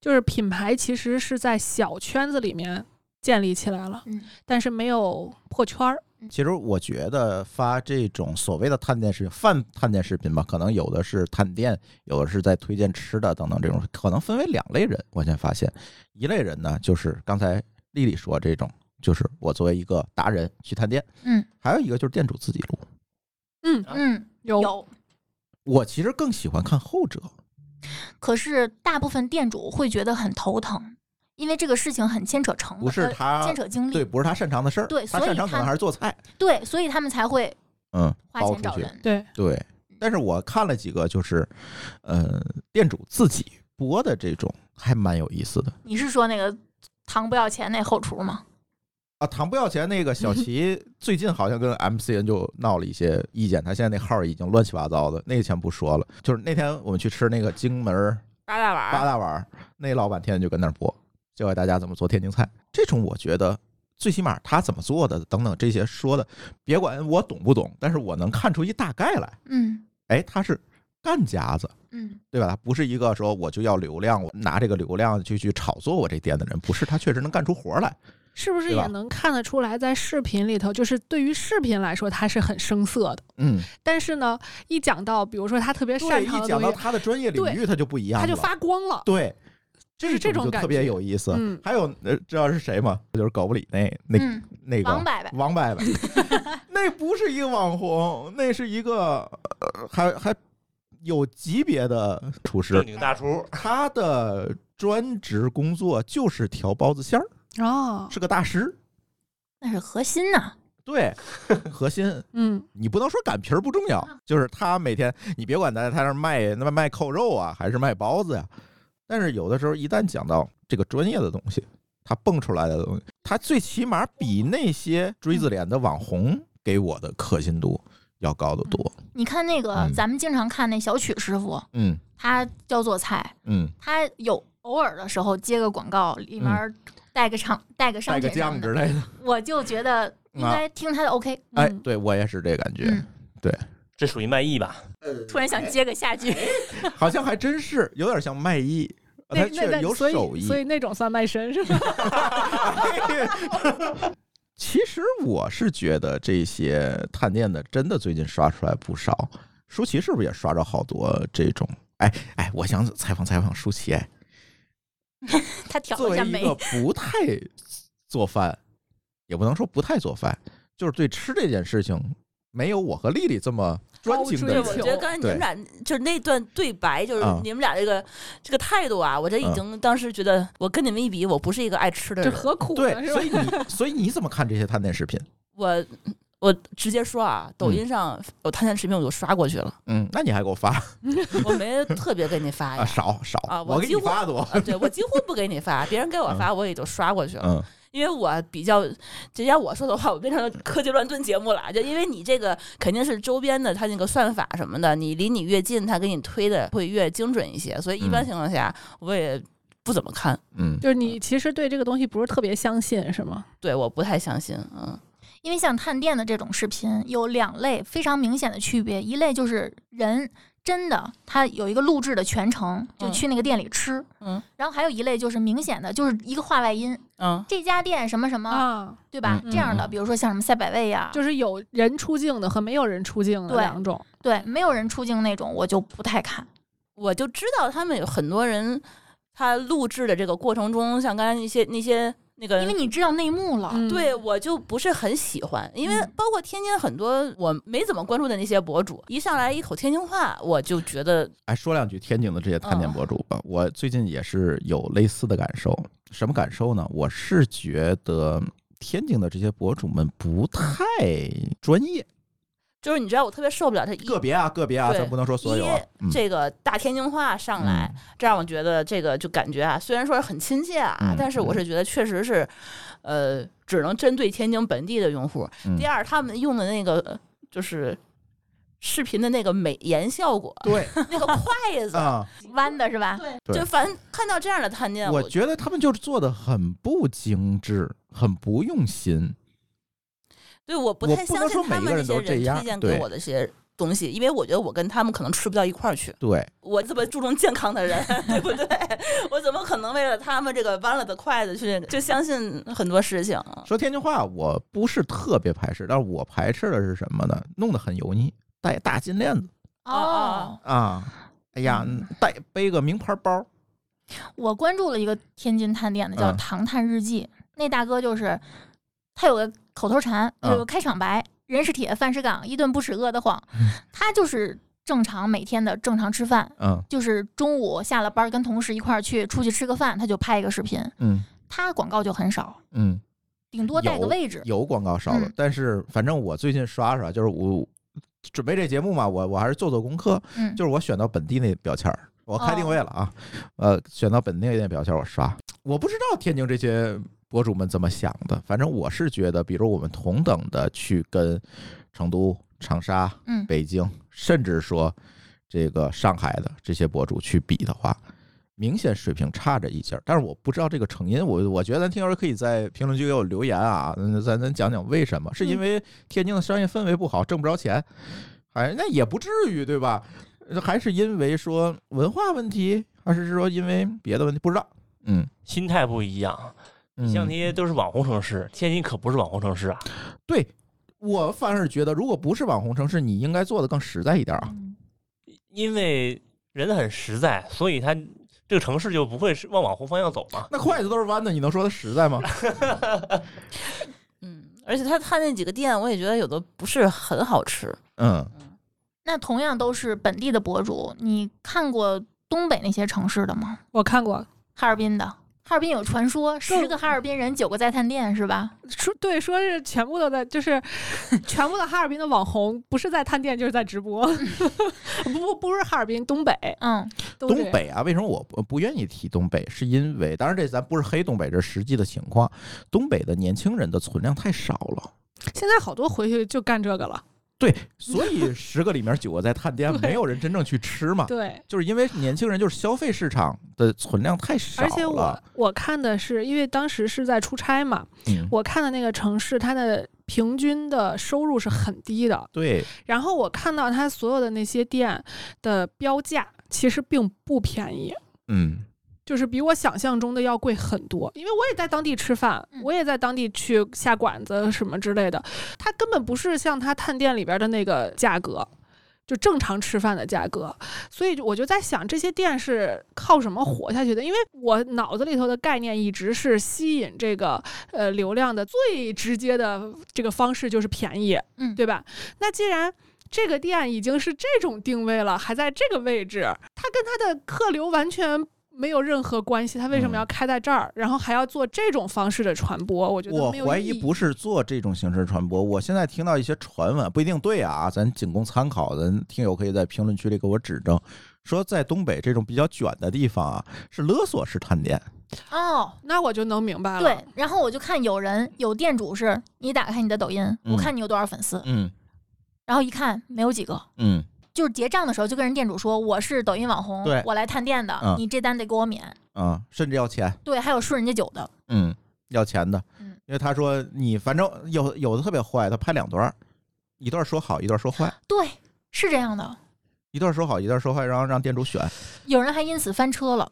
C: 就是品牌其实是在小圈子里面建立起来了，
D: 嗯
C: 但是没有破圈儿。
B: 其实我觉得发这种所谓的探店视频、泛探店视频吧，可能有的是探店，有的是在推荐吃的等等这种，可能分为两类人。我先发现，一类人呢，就是刚才丽丽说这种，就是我作为一个达人去探店；
D: 嗯
B: 还有一个就是店主自己录。
C: 嗯，
B: 啊
D: 嗯，
C: 有
D: 有。
B: 我其实更喜欢看后者，
D: 可是大部分店主会觉得很头疼，因为这个事情很牵扯成本，
B: 不是他
D: 呃牵扯精
B: 对，
D: 力，
B: 不是他擅长的事儿，
D: 对
B: 他
D: 所以
B: 擅长可能
D: 他
B: 还是做菜，
D: 对，所以他们才会
B: 嗯，
D: 花
B: 包
D: 钱
B: 出
D: 找
B: 去，
D: 人。嗯
C: 对，
B: 对，但是我看了几个，就是，呃，店主自己播的这种，还蛮有意思的。
D: 你是说那个糖不要钱那后厨吗？
B: 啊，唐不要钱那个小齐最近好像跟 MCN 就闹了一些意见，他现在那号已经乱七八糟的，那个先不说了。就是那天我们去吃那个荆门儿
E: 八大碗
B: 八
E: 儿，
B: 大碗儿，那老板天天就跟那儿播，教给大家怎么做天津菜。这种我觉得最起码他怎么做的等等这些说的，别管我懂不懂，但是我能看出一大概来。
D: 嗯
B: 哎，他是干家子，
D: 嗯
B: 对吧？不是一个说我就要流量，我拿这个流量去去炒作我这店的人，不是他确实能干出活儿来。
C: 是不是
B: 对吧
C: 也能看得出来，在视频里头，就是对于视频来说，他是很生涩的。
B: 嗯，
C: 但是呢，一讲到比如说他特别
B: 对，
C: 擅
B: 一
C: 长的
B: 讲到
C: 东西，
B: 他的专业领
C: 对
B: 域，他就不一样
C: 他
B: 了，
C: 就发光了。
B: 对。
C: 就是这
B: 种
C: 种
B: 就
C: 感
B: 特别
C: 觉
B: 有意思。
C: 嗯
B: 还有，呃知道是谁吗？就是狗不理那那、
D: 嗯，
B: 那个
D: 王伯伯
B: 王伯伯，那不是一个网红，那是一个、呃、还还有级别的厨
F: 正
B: 师，
F: 经大厨，
B: 他的专职工作就是调包子馅儿，
C: 哦，
B: 是个大师。
D: 那是核心呐、
B: 对，核心
C: 嗯，
B: 你不能说擀皮儿不重要，就是他每天你别管他他那儿卖那卖扣肉啊，还是卖包子呀、但是有的时候一旦讲到这个专业的东西，他蹦出来的东西，他最起码比那些锥子脸的网红给我的可信度要高
C: 嗯
B: 得多。
D: 你看那个
B: 嗯
D: 咱们经常看那小曲师傅，
B: 嗯
D: 他教做菜，
B: 嗯，
D: 他有偶尔的时候接个广告，里面带个商带个商
B: 带个
D: 品什
B: 酱
D: 么
B: 之啊
D: 的，
B: 类的。
D: 我就觉得应该听他的 OK。
B: 哎，
C: 嗯
B: 对我也是这感觉，
D: 嗯
F: 这属于卖艺吧？
D: 突然想接个下句，
B: 哎好像还真是有点像卖艺，呃他
C: 那那
B: 确实有
C: 那所
B: 手
C: 以
B: 艺。
C: 所以那种算卖身是吧？
B: 其实我是觉得这些探店的真的最近刷出来不少，舒淇是不是也刷着好多这种？哎哎，我想采访采访舒淇，哎，
D: 他挑
B: 作
D: 了一
B: 为
D: 下
B: 一
D: 眉
B: 个。不太做饭，也不能说不太做饭，就是对吃这件事情没有我和丽丽这么专情的
E: 对，
C: 追
B: 人
E: 我
C: 求
E: 觉得刚才你们俩就是那段对白，就是
B: 嗯
E: 你们俩这个、这个态度啊，我这已经当时觉得，我跟你们一比，我不是一个爱吃的
C: 这
E: 人。
C: 何苦 呢？
B: 对，
C: 是
B: 所
C: 吧？
B: 以你所以你怎么看这些探店视频？
E: 我我直接说啊，抖音上我探店视频我就刷过去了，
B: 嗯，那你还给我发
E: 我没特别给你发
B: 啊？
E: 呀。
B: 少少
E: 啊我
B: 我给你
E: 几乎
B: 发的多。
E: 啊，对我几乎不给你发，别人给我发我也就刷过去了，
B: 嗯，
E: 因为我比较，就要我说的话，我变成了科技乱炖节目了。就因为你这个肯定是周边的，它那个算法什么的，你离你越近，它给你推的会越精准一些，所以一般
B: 嗯
E: 情况下我也不怎么看，
B: 嗯，
C: 就是你其实对这个东西不是特别相信，是吗？
E: 对，我不太相信，嗯，
D: 因为像探店的这种视频有两类非常明显的区别，一类就是人真的他有一个录制的全程，就
E: 嗯
D: 去那个店里吃，
E: 嗯，
D: 然后还有一类就是明显的就是一个话外音，
E: 嗯，
D: 这家店什么什么，
C: 啊，
D: 对吧？
B: 嗯
D: 这样的，
B: 嗯
D: 比如说像什么赛百味
B: 啊
D: 呀、
C: 就是有人出镜的和没有人出镜的
D: 对
C: 两种。
D: 对，没有人出镜那种，我就不太看。
E: 我就知道他们有很多人，他录制的这个过程中，像刚才那些那些那个，
D: 因为你知道内幕了，
C: 嗯
E: 对，我就不是很喜欢，因为
D: 嗯
E: 包括天津很多我没怎么关注的那些博主，一上来一口天津话，我就觉得
B: 哎，说两句天津的这些探店
E: 哦
B: 博主吧，我最近也是有类似的感受。什么感受呢？我是觉得天津的这些博主们不太专业，
E: 就是你知道我特别受不了他一
B: 个别啊，个别啊，
E: 对
B: 咱不能说所有啊。
E: 一这个大天津话上来，
B: 嗯
E: 这让我觉得这个就感觉啊，虽然说很亲切啊，
B: 嗯
E: 但是我是觉得确实是，呃，只能针对天津本地的用户。
B: 嗯
E: 第二，他们用的那个呃就是视频的那个美颜效果，
B: 对
E: 那个筷子，
B: 啊，
D: 弯的是吧？
B: 对
E: 就反正看到这样的探店，
B: 我觉得他们就是做的很不精致，很不用心。
E: 对我不
B: 我
E: 太
B: 不
E: 相
B: 能
E: 信
B: 说
E: 他
B: 每
E: 们
B: 个
E: 这
B: 人
E: 些
B: 都这
E: 人
B: 样
E: 推荐
B: 对
E: 给我的这些东西，因为我觉得我跟他们可能吃不到一块儿去。
B: 对，
E: 我这么注重健康的人， 对不对？我怎么可能为了他们这个弯了的筷子去就相信很多事情？
B: 说天津话，我不是特别排斥，但是我排斥的是什么呢？弄得很油腻，戴大金链子
E: 哦，
B: 啊，哎呀，
E: 嗯
B: 带背个名牌包，
D: 我关注了一个天津探店的，叫
B: 嗯
D: 《唐探日记》，那大哥就是他有个口头禅，
B: 嗯
D: 有个开场白：“人是铁，饭是钢，一顿不吃饿得慌。”他就是正常每天的正常吃饭，
B: 嗯
D: 就是中午下了班跟同事一块儿去出去吃个饭，他就拍一个视频。
B: 嗯
D: 他广告就很少，
B: 嗯。
D: 顶多带个
B: 有
D: 位置。
B: 有广告少了，
D: 嗯
B: 但是反正我最近刷刷，就是我准备这节目嘛，我我还是做做功课，
D: 嗯，
B: 就是我选到本地那标签儿，我开
D: 哦
B: 定位了啊，呃，选到本地那标签儿我刷，我不知道天津这些。博主们怎么想的。反正我是觉得，比如我们同等的去跟成都、长沙、
D: 嗯
B: 北京，甚至说这个上海的这些博主去比的话，明显水平差着一截儿。但是我不知道这个成因，我我觉得咱听友可以在评论区给我留言啊，嗯咱咱讲讲为什么？是
D: 嗯
B: 因为天津的商业氛围不好，挣不着钱，哎，那也不至于对吧？还是因为说文化问题，还是说因为别的问题？不知道。嗯，
F: 心态不一样。
B: 嗯
F: 像那些都是网红城市，天津可不是网红城市啊。
B: 对我反而觉得，如果不是网红城市，你应该做的更实在一点啊。
C: 嗯
D: 嗯
F: 因为人很实在，所以他这个城市就不会是往网红方向走嘛。
B: 那筷子都是弯的，你能说它实 在吗？
E: 嗯，而且他他那几个店，我也觉得有的不是很好吃。
B: 嗯，
D: 那同样都是本地的博主，你看过东北那些城市的吗？
C: 我看过，
D: 哈尔滨的，哈尔滨有传说，十
C: 更
D: 个哈尔滨人九个在探店，是吧？
C: 说对，说是全部都在，就是 全部的哈尔滨的网红，不是在探店就是在直播， 不不不是哈尔滨，东北
D: 嗯，
C: 都这
B: 东
C: 样
B: 北啊，为什么我不不愿意提东北？是因为，当然这咱不是黑东北，这是实际的情况。东北的年轻人的存量太少了，
C: 现在好多回去就干这个了，
B: 所 以十个里面九个在探店，
C: 对
B: 没有人真正去吃嘛。
C: 对。
B: 就是因为年轻人就是消费市场的存量太少了，
C: 而且我我看的是，因为当时是在出差嘛，
B: 嗯、
C: 我看的那个城市，它的平均的收入是很低的。
B: 对
C: 然后我看到它所有的那些店的标价其实并不便宜，
B: 嗯
C: 就是比我想象中的要贵很多，因为我也在当地吃饭
D: 嗯，
C: 我也在当地去下馆子什么之类的，它根本不是像它探店里边的那个价格，就正常吃饭的价格，所以我就在想这些店是靠什么活下去的？因为我脑子里头的概念一直是吸引这个呃流量的最直接的这个方式就是便宜，
D: 嗯
C: 对吧？那既然这个店已经是这种定位了，还在这个位置，它跟它的客流完全没有任何关系，它为什么
B: 嗯
C: 要开在这儿？然后还要做这种方式的传播？我觉得
B: 我
C: 没有
B: 怀
C: 意
B: 疑
C: 义
B: 不是做这种形式传播。我现在听到一些传闻，不一定对啊，咱仅供参考，咱听友可以在评论区里给我指正。说在东北这种比较卷的地方啊，是勒索式探店，
D: 哦，
C: 那我就能明白了。
D: 对，，然后我就看有人有店主是，你打开你的抖音，我看你有多少粉丝，
B: 嗯
D: 然后一看没有几个，
B: 嗯，
D: 就是结账的时候就跟人店主说我是抖音网红
B: 对，
D: 我来探店的，
B: 嗯
D: 你这单得给我免。
B: 啊，甚至要钱，
D: 对，还有顺人家酒的，
B: 嗯，要钱的
D: 嗯，
B: 因为他说你反正有有的特别坏，他拍两段儿，一段儿说好，一段儿说坏，
D: 对，是这样的。
B: 一段儿说好，一段儿说坏，然后让店主选，
D: 有人还因此翻车了。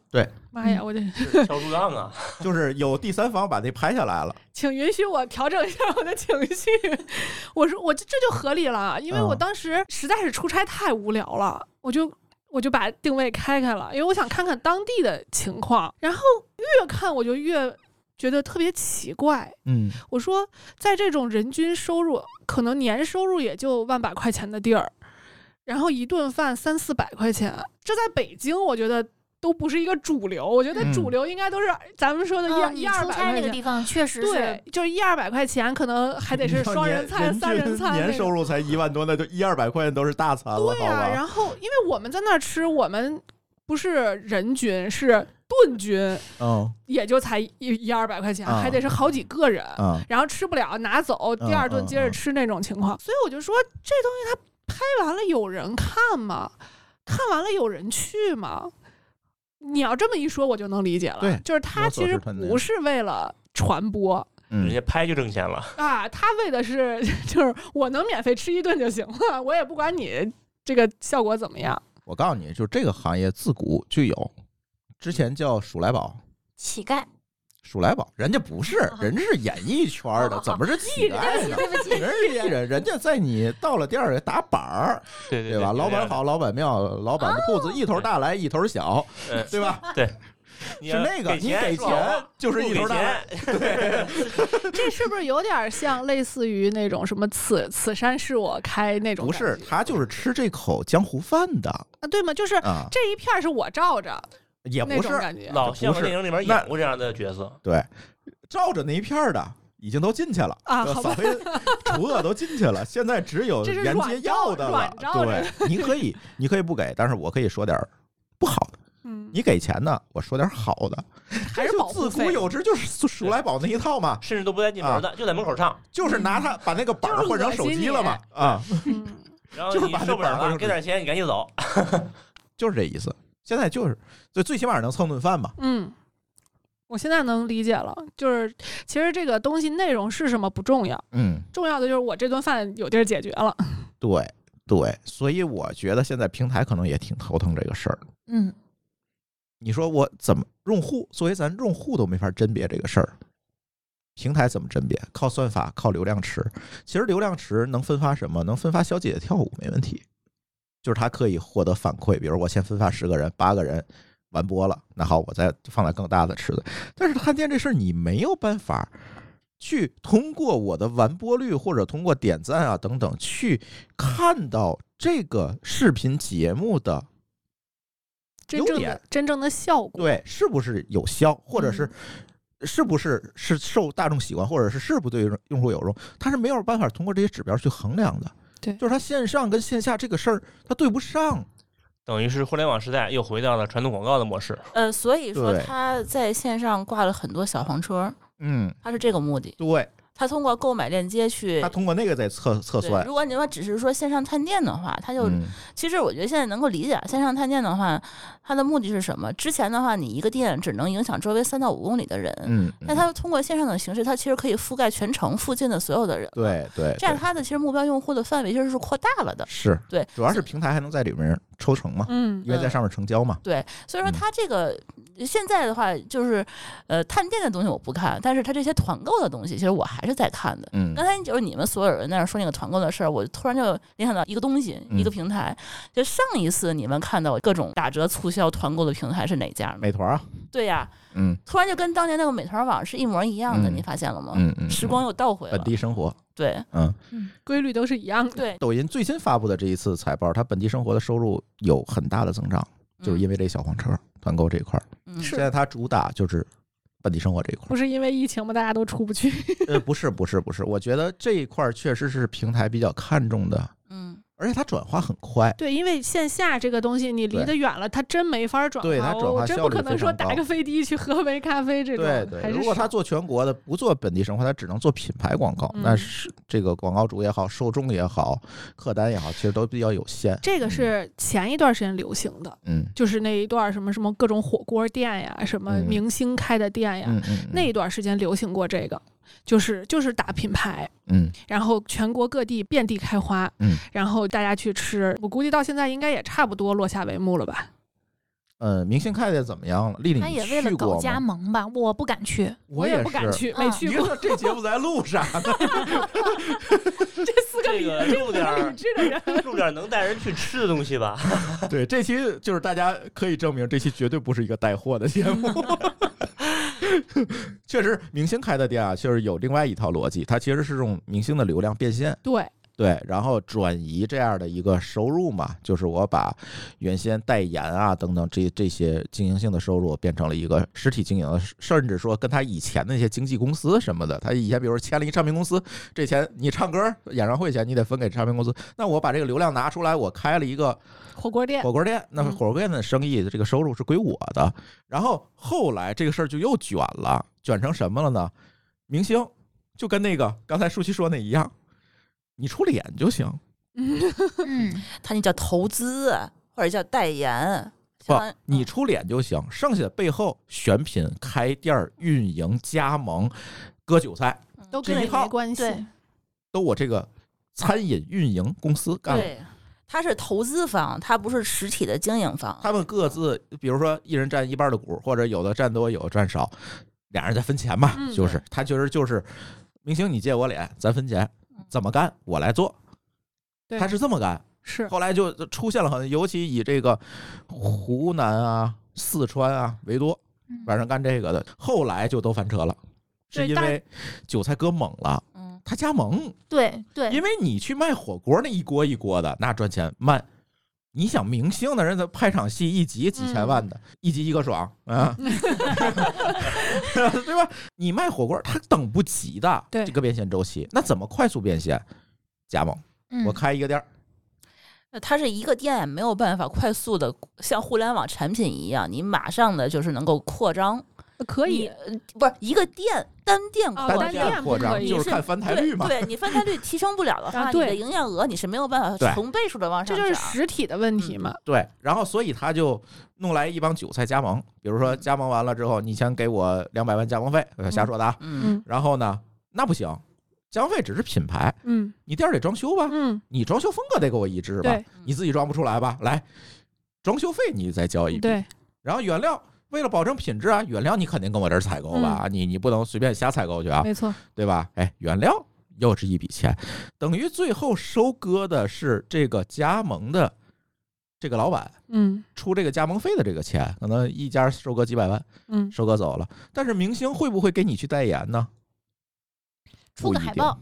C: 妈
B: 嗯
C: 呀，我这
F: 敲竹杠啊，
B: 就是有第三方把那拍下来了，
C: 请允许我调整一下我的情绪。 我说我这这就合理了，因为
B: 嗯
C: 我当时实在是出差太无聊了，我就我就把定位开开了，因为我想看看当地的情况。然后越看我就越觉得特别奇怪。
B: 嗯
C: 我说，在这种人均收入可能年收入也就万把块钱的地儿，然后一顿饭三四百块钱，这在北京我觉得。都不是一个主流，我觉得
B: 嗯
C: 主流应该都是咱们说的一、
D: 嗯，
C: 一
D: 你
C: 二
D: 出
C: 百
D: 差
C: 块
D: 那个
C: 钱
D: 地，方确实
C: 对
D: 是，，
C: 就是一二百块钱，可能还得是双人
B: 你要
C: 餐、
B: 年
C: 三人餐
B: 人均
C: 那
B: 年收
C: 种。
B: 入才一万多，那就一二百块钱都是大餐了，
C: 对
B: 好
C: 啊，
B: 吧？
C: 然后因为我们在那儿吃，我们不是人均，是顿均，
B: 嗯
C: 也就才一一二百块钱，
B: 啊
C: 还得是好几个人，
B: 啊，
C: 然后吃不了拿走，第二
B: 嗯
C: 顿接着吃那种情况。所以我就说，这东西它拍完了有人看吗？看完了有人去吗？你要这么一说，我就能理解了。
B: 对
C: 就是他
B: 有所
C: 其实
B: 是吞的
C: 不是为了 传播，
B: 嗯
F: 人家拍就挣钱了。
C: 啊，他为的是就是我能免费吃一顿就行了，我也不管你这个效果怎么样。
B: 我告诉你，就这个行业自古就有，之前叫鼠来宝，
D: 乞丐。
B: 鼠来宝，人家不是，
C: 啊
B: 人家是演艺圈的，怎么是乞丐 呢？
D: 对不起，
B: 人是艺人，人家在你到了店儿给打板儿，
F: 对对
B: 对吧？老板好，老板妙，老板的铺
C: 哦
B: 子一头大来一头小，
F: 嗯
B: 对吧？
F: 你
B: 是那个，
F: 嗯给
B: 你
F: 钱
B: 给
F: 是吧
B: 钱就是一头
F: 不给
B: 大来。
F: 钱，
C: 这是不是有点像类似于那种什么此此山是我开那种
B: 不
C: 感觉？
B: 是，他就是吃这口江湖饭的
C: 啊，对吗？就是
B: 啊，
C: 这一片儿是我罩着
B: 也
C: 那
B: 不
C: 种
B: 是，
C: 感觉。
F: 老相
B: 不
F: 声
B: 是
F: 电影里面
B: 那
F: 演过这样的角色，
B: 对，照着那一片儿的已经都进去了
C: 啊
B: 呃
C: 好
B: 扫
C: 吧
B: 黑除恶都进去了，现在只有
C: 这是
B: 沿
C: 软
B: 街
C: 照
B: 要的了
C: 软。照
B: 对，你可以，你可以不给，但是我可以说点儿不好的。
C: 嗯，
B: 你给钱呢，我说点好的，
C: 还是保护
B: 自
C: 费
B: 古有之，就是数来宝那一套嘛，
F: 甚至都不带进门的，
B: 啊
F: 就在门 口唱。
B: 就是拿它把那个板儿换成手机了嘛，啊，
C: 嗯
F: 然后
B: 就是
F: 你
B: 把那
F: 受不了
B: 板儿
F: 了，给点钱，你赶 紧走。
B: 就是这意思。现在就是，就最起码能蹭顿饭嘛，
C: 嗯，我现在能理解了，就是其实这个东西内容是什么不重要，
B: 嗯，
C: 重要的就是我这顿饭有地儿解决了。
B: 对对，所以我觉得现在平台可能也挺头疼这个事儿。
D: 嗯，
B: 你说我怎么用户作为咱用户都没法甄别这个事儿，平台怎么甄别？靠算法，靠流量池。其实流量池能分发什么？能分发小姐姐跳舞没问题，就是它可以获得反馈，比如我先分发十个人，八个人完播了，那好，我再放在更大的池子。但是探店这事儿你没有办法。去通过我的完播率或者通过点赞啊等等，去看到这个视频节目的
C: 真正
B: 优点
C: 的真正的效果，
B: 对，嗯是不是有效，或者是、是不是是受大众喜欢，或者是是不对用户有用，它是没有办法通过这些指标去衡量的。
C: 对
B: 就是它线上跟线下这个事儿，它对不上。
F: 等于是互联网时代又回到了传统广告的模式。
E: 呃，所以说
B: 对
E: 他在线上挂了很多小黄车，
B: 嗯，
E: 他是这个目的。
B: 对，
E: 他通过购买链接去
B: 它通过那个在测测
E: 对
B: 算。
E: 如果你要只是说线上探店的话，他就、
B: 嗯，
E: 其实我觉得现在能够理解线上探店的话，它的目的是什么？之前的话，你一个店只能影响周围三到五公里的人，
B: 嗯，
E: 那它通过线上的形式，它其实可以覆盖全城附近的所有的人。
B: 对对，
E: 这样
B: 对
E: 它的其实目标用户的范围其实是扩大了的。
B: 是
E: 对
B: 主要是平台还能在里面抽成嘛，
C: 嗯
B: 因为在上面成交嘛。
E: 对，所以说
B: 嗯
E: 它这个呃现在的话，就是呃探店的东西我不看，但是它这些团购的东西，其实我还是在看的。
B: 嗯
E: 刚，才就是你们所有人在那儿说那个团购的事儿，我突然就联想到一个东西，
B: 嗯
E: 一个平台。就上一次你们看到各种打折促销团购的平台是哪家吗？
B: 美团啊，
E: 对呀、
B: 嗯
E: 突然就跟当年那个美团网是一模一样的，
B: 嗯
E: 你发现了吗？
B: 嗯嗯，
E: 时
B: 嗯
E: 光又倒回
B: 本
E: 了。
B: 地生活，
E: 对
B: 嗯，
C: 规律都是一样的。
E: 对，
B: 抖音最新发布的这一次财报，它本地生活的收入有很大的增长，就是因
E: 为
B: 为这小黄车团购这一块儿。
E: 嗯
B: 现在它主打就是本地生活这一块
C: 不是因为疫情吗？大家都出不去。
B: 儿。呃，不是，不是，不是，我觉得这一块儿确实是平台比较看重的，
E: 嗯，
B: 而且它转化很快。
C: 对，因为线下这个东西你离
B: 对
C: 得远了，它真没法转
B: 对它转
C: 我
B: 化
C: 真
B: 效
C: 不
B: 率
C: 可
B: 非
C: 能说
B: 常
C: 打
B: 高
C: 个飞的去喝杯咖啡这种，
B: 对
C: 还
B: 对，
C: 是
B: 如果它
C: 少
B: 做全国的，不做本地生活，它只能做品牌广告，
C: 嗯
B: 那是这个广告主也好，受众也好，客单也好，其实都比较有限。
C: 这个是前一段时间流行的，
B: 嗯
C: 就是那一段什么什么各种火锅店呀，什么
B: 嗯
C: 明星开的店呀，
B: 嗯嗯，
C: 那一段时间流行过这个，就是就是打品牌，
B: 嗯
C: 然后全国各地遍地开花，
B: 嗯
C: 然后大家去吃，我估计到现在应该也差不多落下帷幕了吧？
B: 呃，明星看见怎么样了？丽丽，
D: 他
B: 你
D: 也为了
B: 去过
D: 搞
B: 吗
D: 加盟吧，我不敢去。
C: 我
B: 也
C: 不敢
B: 是。
C: 去，
D: 嗯
C: 没去
B: 你
C: 过。
B: 说这节目在录上，
C: 这四个
F: 这
C: 理
F: 个录点
C: 理
F: 儿
C: 智的人，
F: 录点儿能带人去吃的东西吧。
B: 对，这期就是大家可以证明，这期绝对不是一个带货的节目。 确实，明星开的店啊，就是有另外一套逻辑，它其实是用明星的流量变现，
C: 对，
B: 对，然后转移这样的一个收入嘛，就是我把原先代言啊等等这这些经营性的收入变成了一个实体经营，甚至说跟他以前那些经纪公司什么的，他以前比如说签了一唱片公司，这钱你唱歌演唱会钱你得分给唱片公司，那我把这个流量拿出来，我开了一个
C: 火锅店
B: 火锅店，那
E: 嗯
B: 火锅店的生意这个收入是归我的。然后后来这个事儿就又卷了，卷成什么了呢？明星就跟那个刚才舒淇说那一样，你出脸就行，
D: 嗯，
E: 他那叫投资或者叫代言，
B: 不
E: 相当于，嗯
B: 你出脸就行，剩下的背后选品、开店儿、运营、加盟、割韭菜，
C: 都
B: 这
C: 跟
B: 一
C: 你
B: 套
C: 没关系。
D: 对，
B: 都我这个餐饮运营公司干了。
E: 对，他是投资方，他不是实体的经营方。
B: 他们各自，比如说一人占一半的股，或者有的占多，有的占少，俩人再分钱嘛，
C: 嗯
B: 就是他其实就是明星，你借我脸，咱分钱，怎么干我来做，
C: 嗯对
B: 他是这么干。
C: 是
B: 后来就出现了很，尤其以这个湖南啊、四川啊为多，
C: 嗯
D: 嗯
B: 晚上干这个的，后来就都翻车了，是
C: 对
B: 因
C: 但
B: 为韭菜割猛了，
E: 嗯，
B: 他加盟，
D: 对对
B: 因为你去卖火锅那一锅一锅的，那赚钱慢。你想明星的人，他拍场戏一集几千
C: 嗯
B: 万的，一集一个爽 啊，对吧？你卖火锅，他等不及的，
C: 对
B: 这个变现周期，那怎么快速变现？加盟，
D: 嗯
B: 我开一个店儿，
E: 那它是一个店也没有办法快速的像互联网产品一样，你马上的就是能够扩张，
C: 可
E: 你
C: 以，
E: 呃不是一个店单店扩
C: 哦
E: 张。
C: 单店
B: 店扩
C: 不
B: 张
C: 可以
B: 就是
E: 是
B: 看翻台率嘛。
E: 对，对你翻台率提升不了的话，
C: 啊
E: 你
C: 对
E: 的营业额你是没有办
B: 对
E: 法成倍数的往
C: 这
E: 上涨。嗯
C: 就是实体的问题嘛。
B: 对，然后所以他就弄来一帮韭菜加盟，比如说加盟完了之后，你先给我两百万加盟费，呃瞎说的啊。
E: 嗯，
B: 然后呢，那不行，加盟费只是品牌，
C: 嗯
B: 你店儿得装修吧，
C: 嗯，
B: 你装修风格得给我一致吧
C: 对，
B: 你自己装不出来吧？来，装修费你再交一笔，
C: 对，
B: 然后原料。为了保证品质啊，原料你肯定跟我这儿采购吧，你你不能随便瞎采购去啊，
C: 嗯没错，
B: 对吧？哎，原料又是一笔钱，等于最后收割的是这个加盟的这个老板，
C: 嗯
B: 出这个加盟费的这个钱，可能一家收割几百万，
C: 嗯，
B: 收割走了。但是明星会不会给你去代言呢？
D: 出个海报，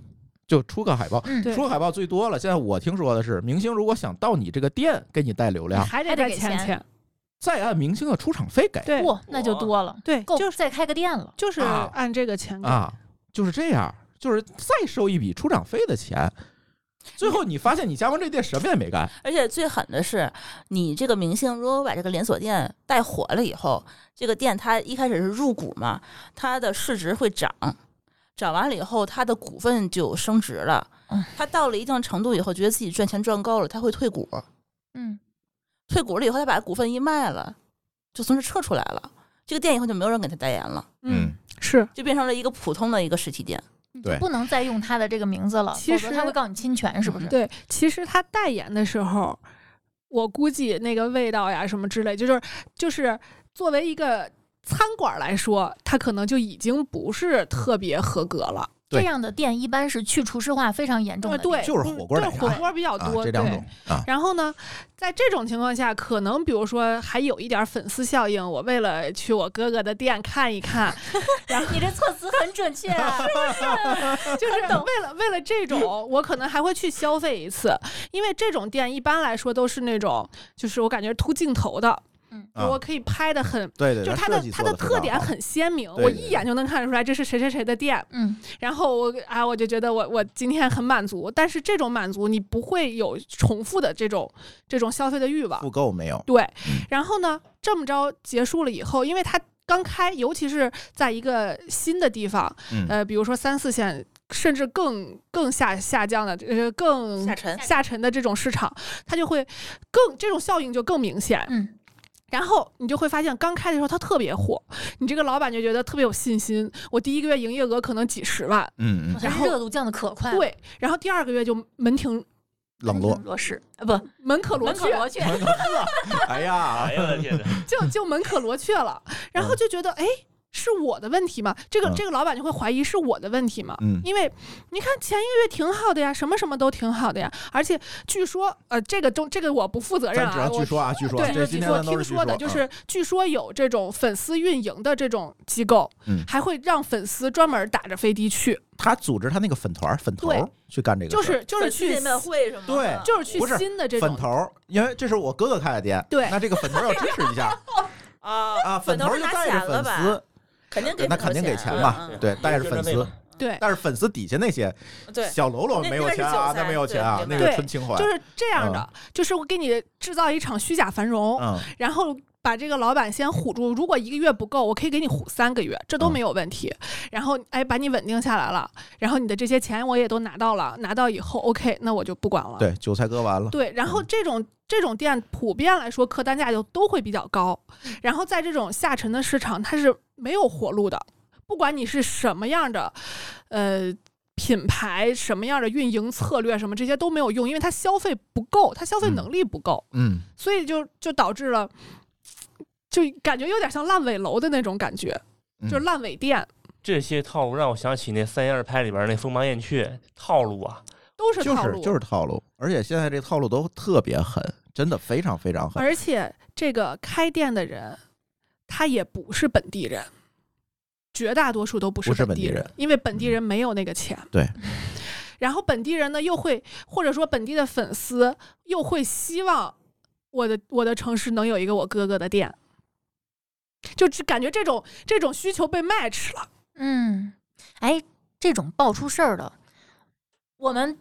B: 就出个海报，
D: 嗯，
C: 对
B: 出个海报最多了。现在我听说的是，明星如果想到你这个店给你带流
C: 你
B: 量，
C: 还得
D: 还得
C: 再
D: 给
C: 欠
D: 钱
C: 钱，
B: 再按明星的出场费给
C: 对
D: 哇，那就多了，
C: 对，
D: 够
C: 就
D: 再开个店了。
C: 就是
B: 啊
C: 按这个钱给。
B: 啊，就是这样，就是再收一笔出场费的钱。最后你发现你加盟这店什么也没干，
E: 而且最狠的是，你这个明星如果把这个连锁店带火了以后，这个店它一开始是入股嘛，它的市值会涨，涨完了以后，它的股份就升值了
D: 嗯。
E: 它到了一定程度以后，觉得自己赚钱赚够了，它会退股，
D: 嗯，
E: 退股了以后，它把股份一卖了，就从这撤出来了。这个店以后就没有人给他代言了，
C: 嗯，是
E: 就变成了一个普通的一个实体店。
D: 你
B: 对
D: 就不能再用他的这个名字了，
C: 其
D: 否则他
C: 实嗯
D: 会告你侵权，是不是？
C: 对。其实他代言的时候，我估计那个味道呀什么之类，就是就是作为一个餐馆来说，它可能就已经不是特别合格了。
B: 对
D: 这样的店一般是去厨师化非常
B: 嗯
D: 严重
C: 呃
D: 的。
C: 对，
B: 就是火锅儿
C: 对
B: 奶茶
C: 火锅儿比较
B: 啊
C: 多，
B: 这两
C: 对
B: 种啊，
C: 然后呢，在这种情况下，可能比如说还有一点粉丝效应，我为了去我哥哥的店看 一看，
D: 你这措辞很准确、啊，
C: 就是为了为了这种，我可能还会去消费一次，因为这种店一般来说都是那种，就是我感觉凸镜头的，
D: 嗯
B: 啊
C: 我可以拍的很。
B: 对对
C: 就是它的它的特点很鲜明，
B: 啊对
C: 我
B: 对
C: 一眼就能看得出来这是谁谁谁的店，
D: 嗯，
C: 然后我啊我就觉得我我今天很满足，但是这种满足你不会有重复的这种这种消费的欲望，
B: 复嗯购没有，
C: 对，然后呢，这么着结束了以后，因为它刚开，尤其是在一个新的地方，
B: 嗯
C: 呃，比如说三四线，甚至更更下下降的，呃，更
E: 下沉
C: 下沉的这种市场，它就会更这种效应就更明显。
D: 嗯，
C: 然后你就会发现，刚开的时候它特别火，你这个老板就觉得特别有信心，我第一个月营业额可能几十万，
B: 嗯嗯，
D: 这
C: 然后
D: 热度降的可快了，
C: 对，然后第二个月就门庭
B: 冷 落，
D: 弱势啊，不，
C: 门可罗
D: 门可
C: 雀，
D: 罗雀，
B: 哎呀
F: 哎，呀我的天哪！
C: 就就门可罗雀了，然后就觉得哎。是我的问题吗？这个
B: 嗯
C: 这个老板就会怀疑是我的问题吗？
B: 嗯
C: 因为你看前一个月挺好的呀，什么什么都挺好的呀，而且据说呃，这个中这个我不负责任
B: 咱只
C: 啊
B: 要，
C: 我
B: 据说啊，据说啊，
C: 对，
B: 这
C: 就
B: 今
C: 据
B: 天
C: 说
B: 咱都
C: 听
B: 是据
C: 说的，就
B: 啊
C: 是据说有这种粉丝运营的这种机构，
B: 嗯
C: 还会让粉丝专门打着飞的去，
B: 他组织他那个粉团儿粉头
C: 对
B: 儿去干这个事
C: 就
B: 儿，
C: 是就是去
E: 见面会什么的？
B: 对
C: 就是去
B: 不是
C: 新的这
B: 粉
C: 种
B: 头儿，因为这是我哥哥开的店，
C: 对
B: 那这个粉头儿要支持一 下
E: 啊
B: 啊，粉头
E: 头
B: 儿
E: 是
B: 就
E: 拿
B: 带
E: 钱
B: 着粉
E: 了吧
B: 丝，
E: 肯定给
B: 那肯定给钱嘛
E: 嗯，
B: 对，带着粉
F: 就是那
B: 丝
F: 个，
C: 对，
B: 但是粉丝底下那些
E: 嗯对，
B: 小喽啰
E: 那
B: 没有
E: 那是
B: 钱啊，
E: 韭菜
B: 那没有钱啊，
E: 对
B: 那
E: 对
B: 个
C: 对
B: 纯情怀，
C: 就是这样的，就是我给你制造一场虚假繁荣，
B: 嗯，
C: 然后把这个老板先唬住。如果一个月不够，我可以给你唬三个月，这
B: 嗯
C: 都没有问题。然后哎，把你稳定下来了，然后你的这些钱我也都拿到了，拿到以后 OK，那我就不管了。
B: 对，韭菜割完了，
C: 对然后这种这种店普遍来说客单价就都会比较高，
B: 嗯
C: 然后在这种下沉的市场，它是没有活路的。不管你是什么样的，呃。品牌什么样的运营策略什么这些都没有用，因为它消费不够，它消费
B: 嗯
C: 能力不够。
B: 嗯，
C: 所以就就导致了，就感觉有点像烂尾楼的那种感觉，
B: 嗯
C: 就是烂尾店，
F: 这些套路让我想起那三言二拍里边那锋芒燕雀套路啊，
C: 都是
B: 就
C: 套路，
B: 是就是套路，而且现在这套路都特别狠，真的非常非常狠，
C: 而且这个开店的人，他也不是本地人，绝大多数都不
B: 不是
C: 本
B: 本
C: 地
B: 地人嗯
C: 因为本地人没有那个钱。
B: 对。
C: 然后本地人呢，又会或者说本地的粉丝又会希望我的我的城市能有一个我哥哥的店，就只感觉这种这种需求被 match 了。
D: 嗯，哎，这种爆出事儿的，我们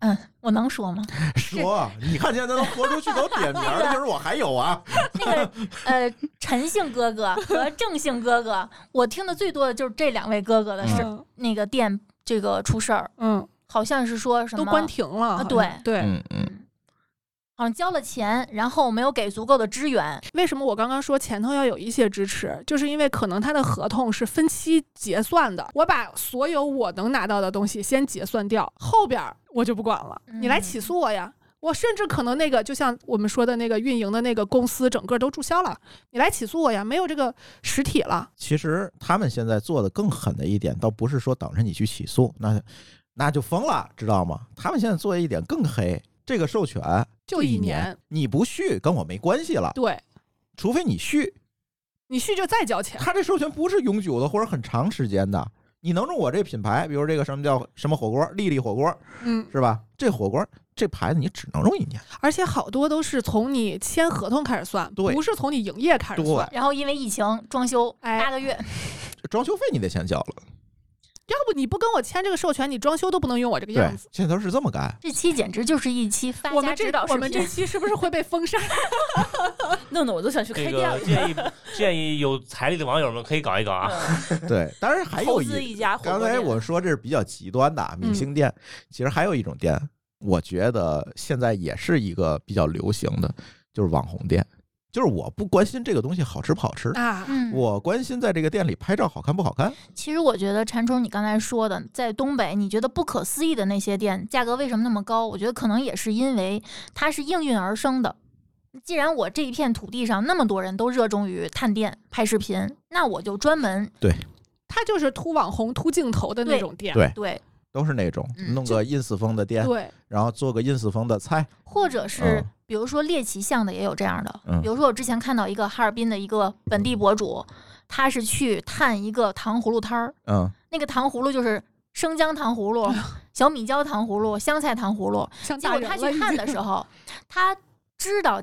D: 嗯，我能说吗？
B: 说，你看现在能活出去都点名儿的，就是我还有啊，
D: 那个呃，陈姓哥哥和郑姓哥哥，我听的最多的就是这两位哥哥的事儿。
C: 嗯
D: 那个店这个出事儿，
C: 嗯，
D: 好像是说什么
C: 都关停了，好像
D: 对
C: 对。
B: 嗯嗯，
D: 好像交了钱，然后没有给足够的支援。
C: 为什么我刚刚说前头要有一些支持，就是因为可能他的合同是分期结算的，我把所有我能拿到的东西先结算掉，后边儿我就不管了，你来起诉我呀。我甚至可能那个，就像我们说的那个运营的那个公司，整个都注销了，你来起诉我呀，没有这个实体了。
B: 其实他们现在做的更狠的一点，倒不是说等着你去起诉，那那就疯了，知道吗？他们现在做的一点更黑，这个授权
C: 就
B: 一
C: 一年
B: 你不续跟我没关系了，
C: 对
B: 除非你续。
C: 你续就再 交钱，
B: 他这授权不是永久的或者很长时间的，你能用我这品牌，比如这个什么叫什么火锅，丽丽火锅
C: 嗯，
B: 是吧？这火锅这牌子你只能用一年，
C: 而且好多都是从你签合同开始算，
B: 对
C: 不是从你营业开始
B: 对
C: 算。
D: 然后因为疫情装修
C: 哎
D: 八个月，
B: 装修费你得先交了。
C: 要不你不跟我签这个授权，你装修都不能用我这个
B: 对
C: 样子。，
B: 现在都是这么干。
D: 这期简直就是一期发
C: 我
D: 家
C: 们这
D: 指导视
C: 我们这
D: 频。
C: 期是不是会被 封杀？
E: 弄得我都想去开
F: 那
E: 店了
F: 个。建议建议有财力的网友们可以搞一搞啊，
E: 嗯
B: 对，当然还有
E: 投
B: 一
E: 资一家火锅
B: 刚才
E: 店
B: 我说这是比较极端的啊明星店，其实还有一种店，我觉得现在也是一个比较流行的，就是网红店。就是我不关心这个东西好吃不好吃，
C: 啊，
D: 嗯，
B: 我关心在这个店里拍照好看不好看。
D: 其实我觉得馋虫，你刚才说的，在东北你觉得不可思议的那些店，价格为什么那么高？我觉得可能也是因为它是应运而生的。既然我这一片土地上那么多人都热衷于探店、拍视频，那我就专门
C: 它就是秃网红、秃镜头的那
D: 对
C: 种店。
B: 对
D: 对，
B: 都是那种
D: 嗯
B: 弄个 ins 风的店，
C: 对
B: 然后做个 ins 风的菜，
D: 或者是
B: 嗯
D: 比如说猎奇向的也有这样的，
B: 嗯
D: 比如说我之前看到一个哈尔滨的一个本地博主，他是去探一个糖葫芦摊儿，
B: 嗯，
D: 那个糖葫芦就是生姜糖葫芦、小米椒糖葫芦、香菜糖葫芦。
C: 像
D: 结
C: 大
D: 果
C: 人
D: 他
C: 了
D: 去
C: 已
D: 看
C: 经
D: 的 时，候，他知道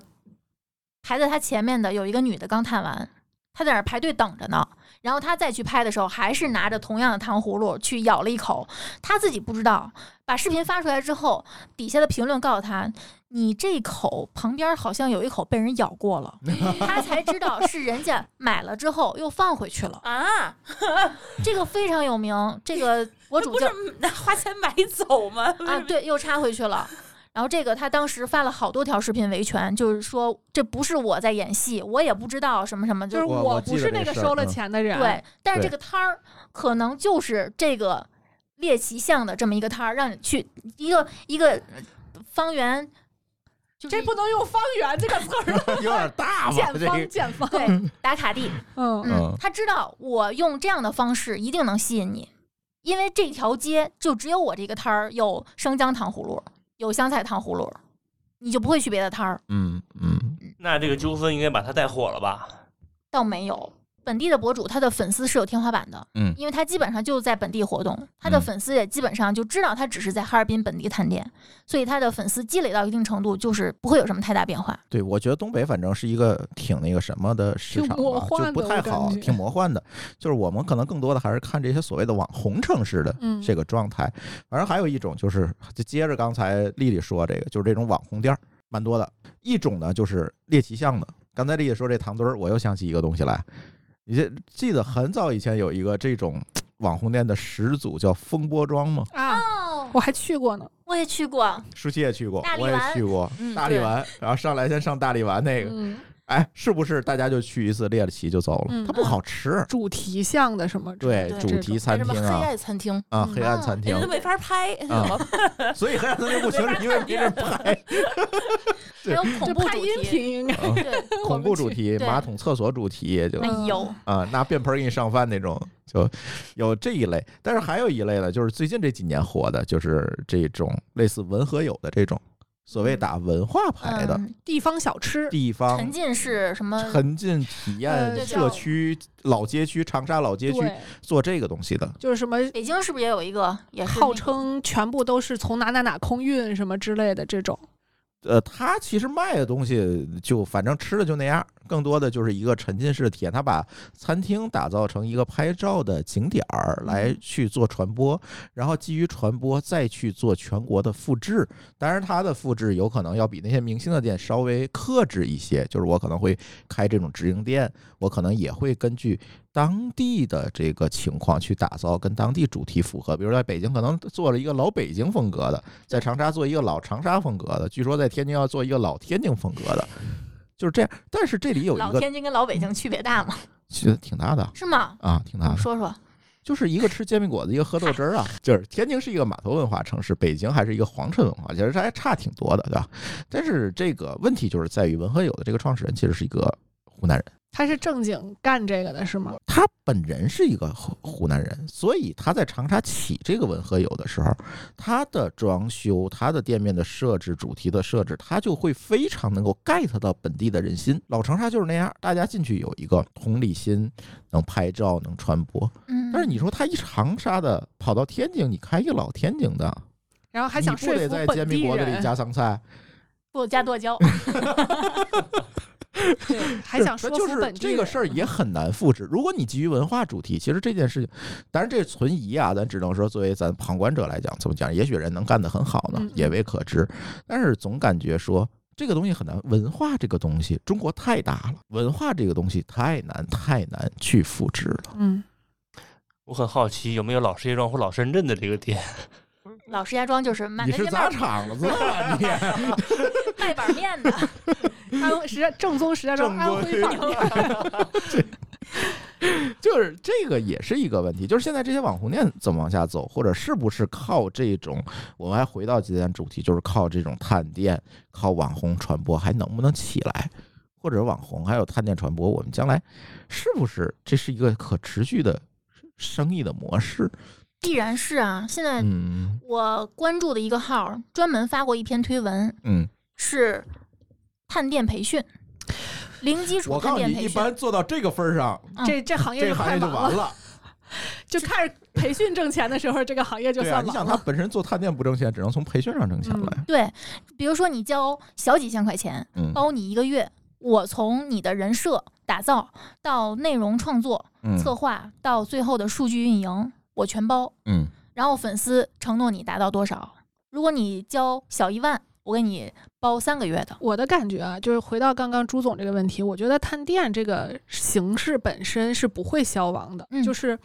D: 排在他前面的有一个女的刚探完，他在那儿排队等着呢。然后他再去拍的时候，还是拿着同样的糖葫芦去咬了一口，他自己不知道。把视频发出来之后，底下的评论告诉他：“你这口旁边好像有一口被人咬过了。” 他才知道是人家买了之后又放回去了。
E: 啊，
D: 这个非常有名，这 个博
E: 我
D: 主
E: 不
D: 叫
E: 是拿花钱买走吗？
D: 啊，对，又插回去了。然后这个他当时发了好多条视频维权，就是说这不是我在演戏，我也不知道什么什么，
C: 就
D: 就是是
B: 我我记
C: 不
B: 得
C: 是
B: 这
C: 那个
B: 事儿
C: 收了
B: 嗯
C: 钱的人。
D: 对。但是
B: 对
D: 这个摊儿可能就是这个猎奇巷的这么一个摊儿，让你去一个一个方圆，就是
C: 这不能用“方圆”这个词儿，
B: 有点大吧？
C: 见
B: 这
C: 方
B: 个，
C: 见方。
D: 对打卡地。
C: 嗯，
B: 嗯
D: 嗯，他知道我用这样的方式一定能吸引你，因为这条街就只有我这个摊儿有生姜糖葫芦，有香菜糖葫芦，你就不会去别的摊儿。
B: 嗯嗯，
F: 那这个纠纷应该把它带火了吧？
D: 倒没有。本地的博主他的粉丝是有天花板的，
B: 嗯
D: 因为他基本上就在本地活动，他的
B: 嗯
D: 粉丝也基本上就知道他只是在哈尔滨本地探店，所以他的粉丝积累到一定程度，就是不会有什么太大变化。
B: 对，我觉得东北反正是一个挺那个什么的市
C: 挺
B: 场
C: 魔
B: 吧，
C: 幻
B: 就不
C: 的
B: 太
C: 我感
B: 好，
C: 觉
B: 挺魔幻的。就是我们可能更多的还是看这些所谓的网红城市的
C: 嗯
B: 这个状态。反正还有一种就是，就接着刚才丽丽说这个，就是这种网红店儿蛮多的。一种呢就是猎奇巷的，刚才丽丽说这糖墩儿，我又想起一个东西来。你这记得很早以前有一个这种网红店的始祖叫风波庄吗？
C: 啊，
D: 哦，
C: 我还去过呢。
D: 我也去过，
B: 舒淇也去过
D: 大，力
B: 我也
D: 丸
B: 去过
E: 嗯
B: 大力
E: 对
B: 丸，然后上来先上大力丸那个，
C: 嗯，
B: 哎，是不是大家就去一次猎了奇就走了？
C: 嗯
B: 它不好吃，
C: 主题向的什么之类的？
B: 对
E: 对
B: 主题
E: 还
B: 餐
E: 有什么
B: 厅
E: 黑
B: 啊
E: 暗餐厅，
B: 啊，
C: 嗯
B: 黑暗餐厅
E: 人家，都没法拍，什
B: 啊
E: 么
B: 所以黑暗餐厅不行，是因为别人拍
D: 还有恐
C: 这
D: 怖
C: 拍
D: 主
C: 音
D: 题，
C: 频应该
B: 嗯
D: 对，
B: 恐怖主题、
D: 对
B: 马桶、厕所主题就
D: 哎
C: 嗯
D: 呦，
B: 啊，拿便盆给你上饭那种，就有这一类。但是还有一类呢，就是最近这几年火的，就是这种类似文和友的这种所谓打文化牌的
D: 嗯，
C: 地方小吃。
B: 地
D: 沉
B: 方。
D: 浸式什么，
B: 沉浸体
C: 呃
B: 验
D: 对
B: 社区、老街区、长沙老街区
C: 对，
B: 做这个东西的，
C: 就是什么
D: 北京是不是也有一个，也是那
C: 号
D: 个
C: 称全部都是从哪哪哪空运什么之类的这种，
B: 呃，它其实卖的东西就反正吃的就那样，更多的就是一个沉浸式的体验。它把餐厅打造成一个拍照的景点儿来
D: 嗯
B: 去做传播，然后基于传播再去做全国的复制。当然，它的复制有可能要比那些明星的店稍微克制一些，就是我可能会开这种直营店，我可能也会根据当地的这个情况去打造跟当地主题符合。比如在北京，可能做了一个老北京风格的，在长沙做一个老长沙风格的，据说在天津要做一个老天津风格的，就是这样。但是这里有一
D: 老
B: 个
D: 天津跟老北京区别大吗？
B: 其实挺大的
D: 是吗？
B: 啊，挺大的。
D: 说说，
B: 就是一个吃煎饼果子，一个喝豆汁儿啊。就是天津是一个码头文化城市，北京还是一个皇城文化，其实还差挺多的，对吧？但是这个问题就是在于文和友的这个创始人其实是一个湖南人，
C: 他是正经干这个的是吗？
B: 他本人是一个湖湖南人，所以他在长沙起这个文和友的时候，他的装修、他的店面的设置、主题的设置，他就会非常能够 get 到本地的人心。老长沙就是那样，大家进去有一个同理心，能拍照，能传播。
D: 嗯，
B: 但是你说他一长沙的跑到天津，你开一个老天津的，
C: 然后还
B: 你
C: 想
B: 不
C: 说
B: 得
C: 服
B: 在煎
C: 本
B: 饼
C: 地
B: 果子里
C: 人，
B: 加香菜？
D: 剁加 剁椒，
C: 对，还
B: 是
C: 想说
B: 就
C: 服
B: 是
C: 本地
B: 这个事儿
C: 人
B: 也很难复制。如果你基于文化主题，其实这件事情，当然这存疑啊，咱只能说作为咱旁观者来讲，怎么讲？也许人能干得很好呢
C: 嗯嗯，
B: 也未可知。但是总感觉说。这个东西很难，文化这个东西，中国太大了，文化这个东西太难太难去复制了。
C: 嗯，
F: 我很好奇有没有老石家庄或老深圳的这个店，
D: 老石家庄就是满
B: 你
D: 大
B: 是
D: 街
B: 砸
D: 卖
B: 场子 啊你？
D: 卖板面的，
C: 安徽石家正宗石家庄安徽 板面，
B: 就是这个也是一个问题，就是现在这些网红店怎么往下走，或者是不是靠这种，我们还回到今天主题，就是靠这种探店、靠网红传播还能不能起来，或者网红还有探店传播，我们将来是不是这是一个可持续的生意的模式？
D: 必然是啊。现在
B: 嗯
D: 我关注的一个号儿专门发过一篇推文，
B: 嗯，
D: 是探店培训，零基础探店培训。哎
B: 做到这个份儿上，
C: 这这行业就快了。
B: 了。
C: 就开始培训挣钱的时候，这个行业就
B: 对啊，
C: 算
B: 你
C: 完
B: 想他
C: 了。
B: 本身做探店不挣钱，只能从培训上挣钱
D: 嗯
B: 了呀。
D: 对，比如说你交小几千块钱，
B: 嗯
D: 包你一个月，我从你的人设打造到内容创作、
B: 嗯
D: 策划到最后的数据运营，我全包。
B: 嗯
D: 然后粉丝承诺你达到多少，如果你交小一万，我给你包三个月的。
C: 我的感觉啊，就是回到刚刚朱总这个问题，我觉得探店这个形式本身是不会消亡的，
D: 嗯
C: 就是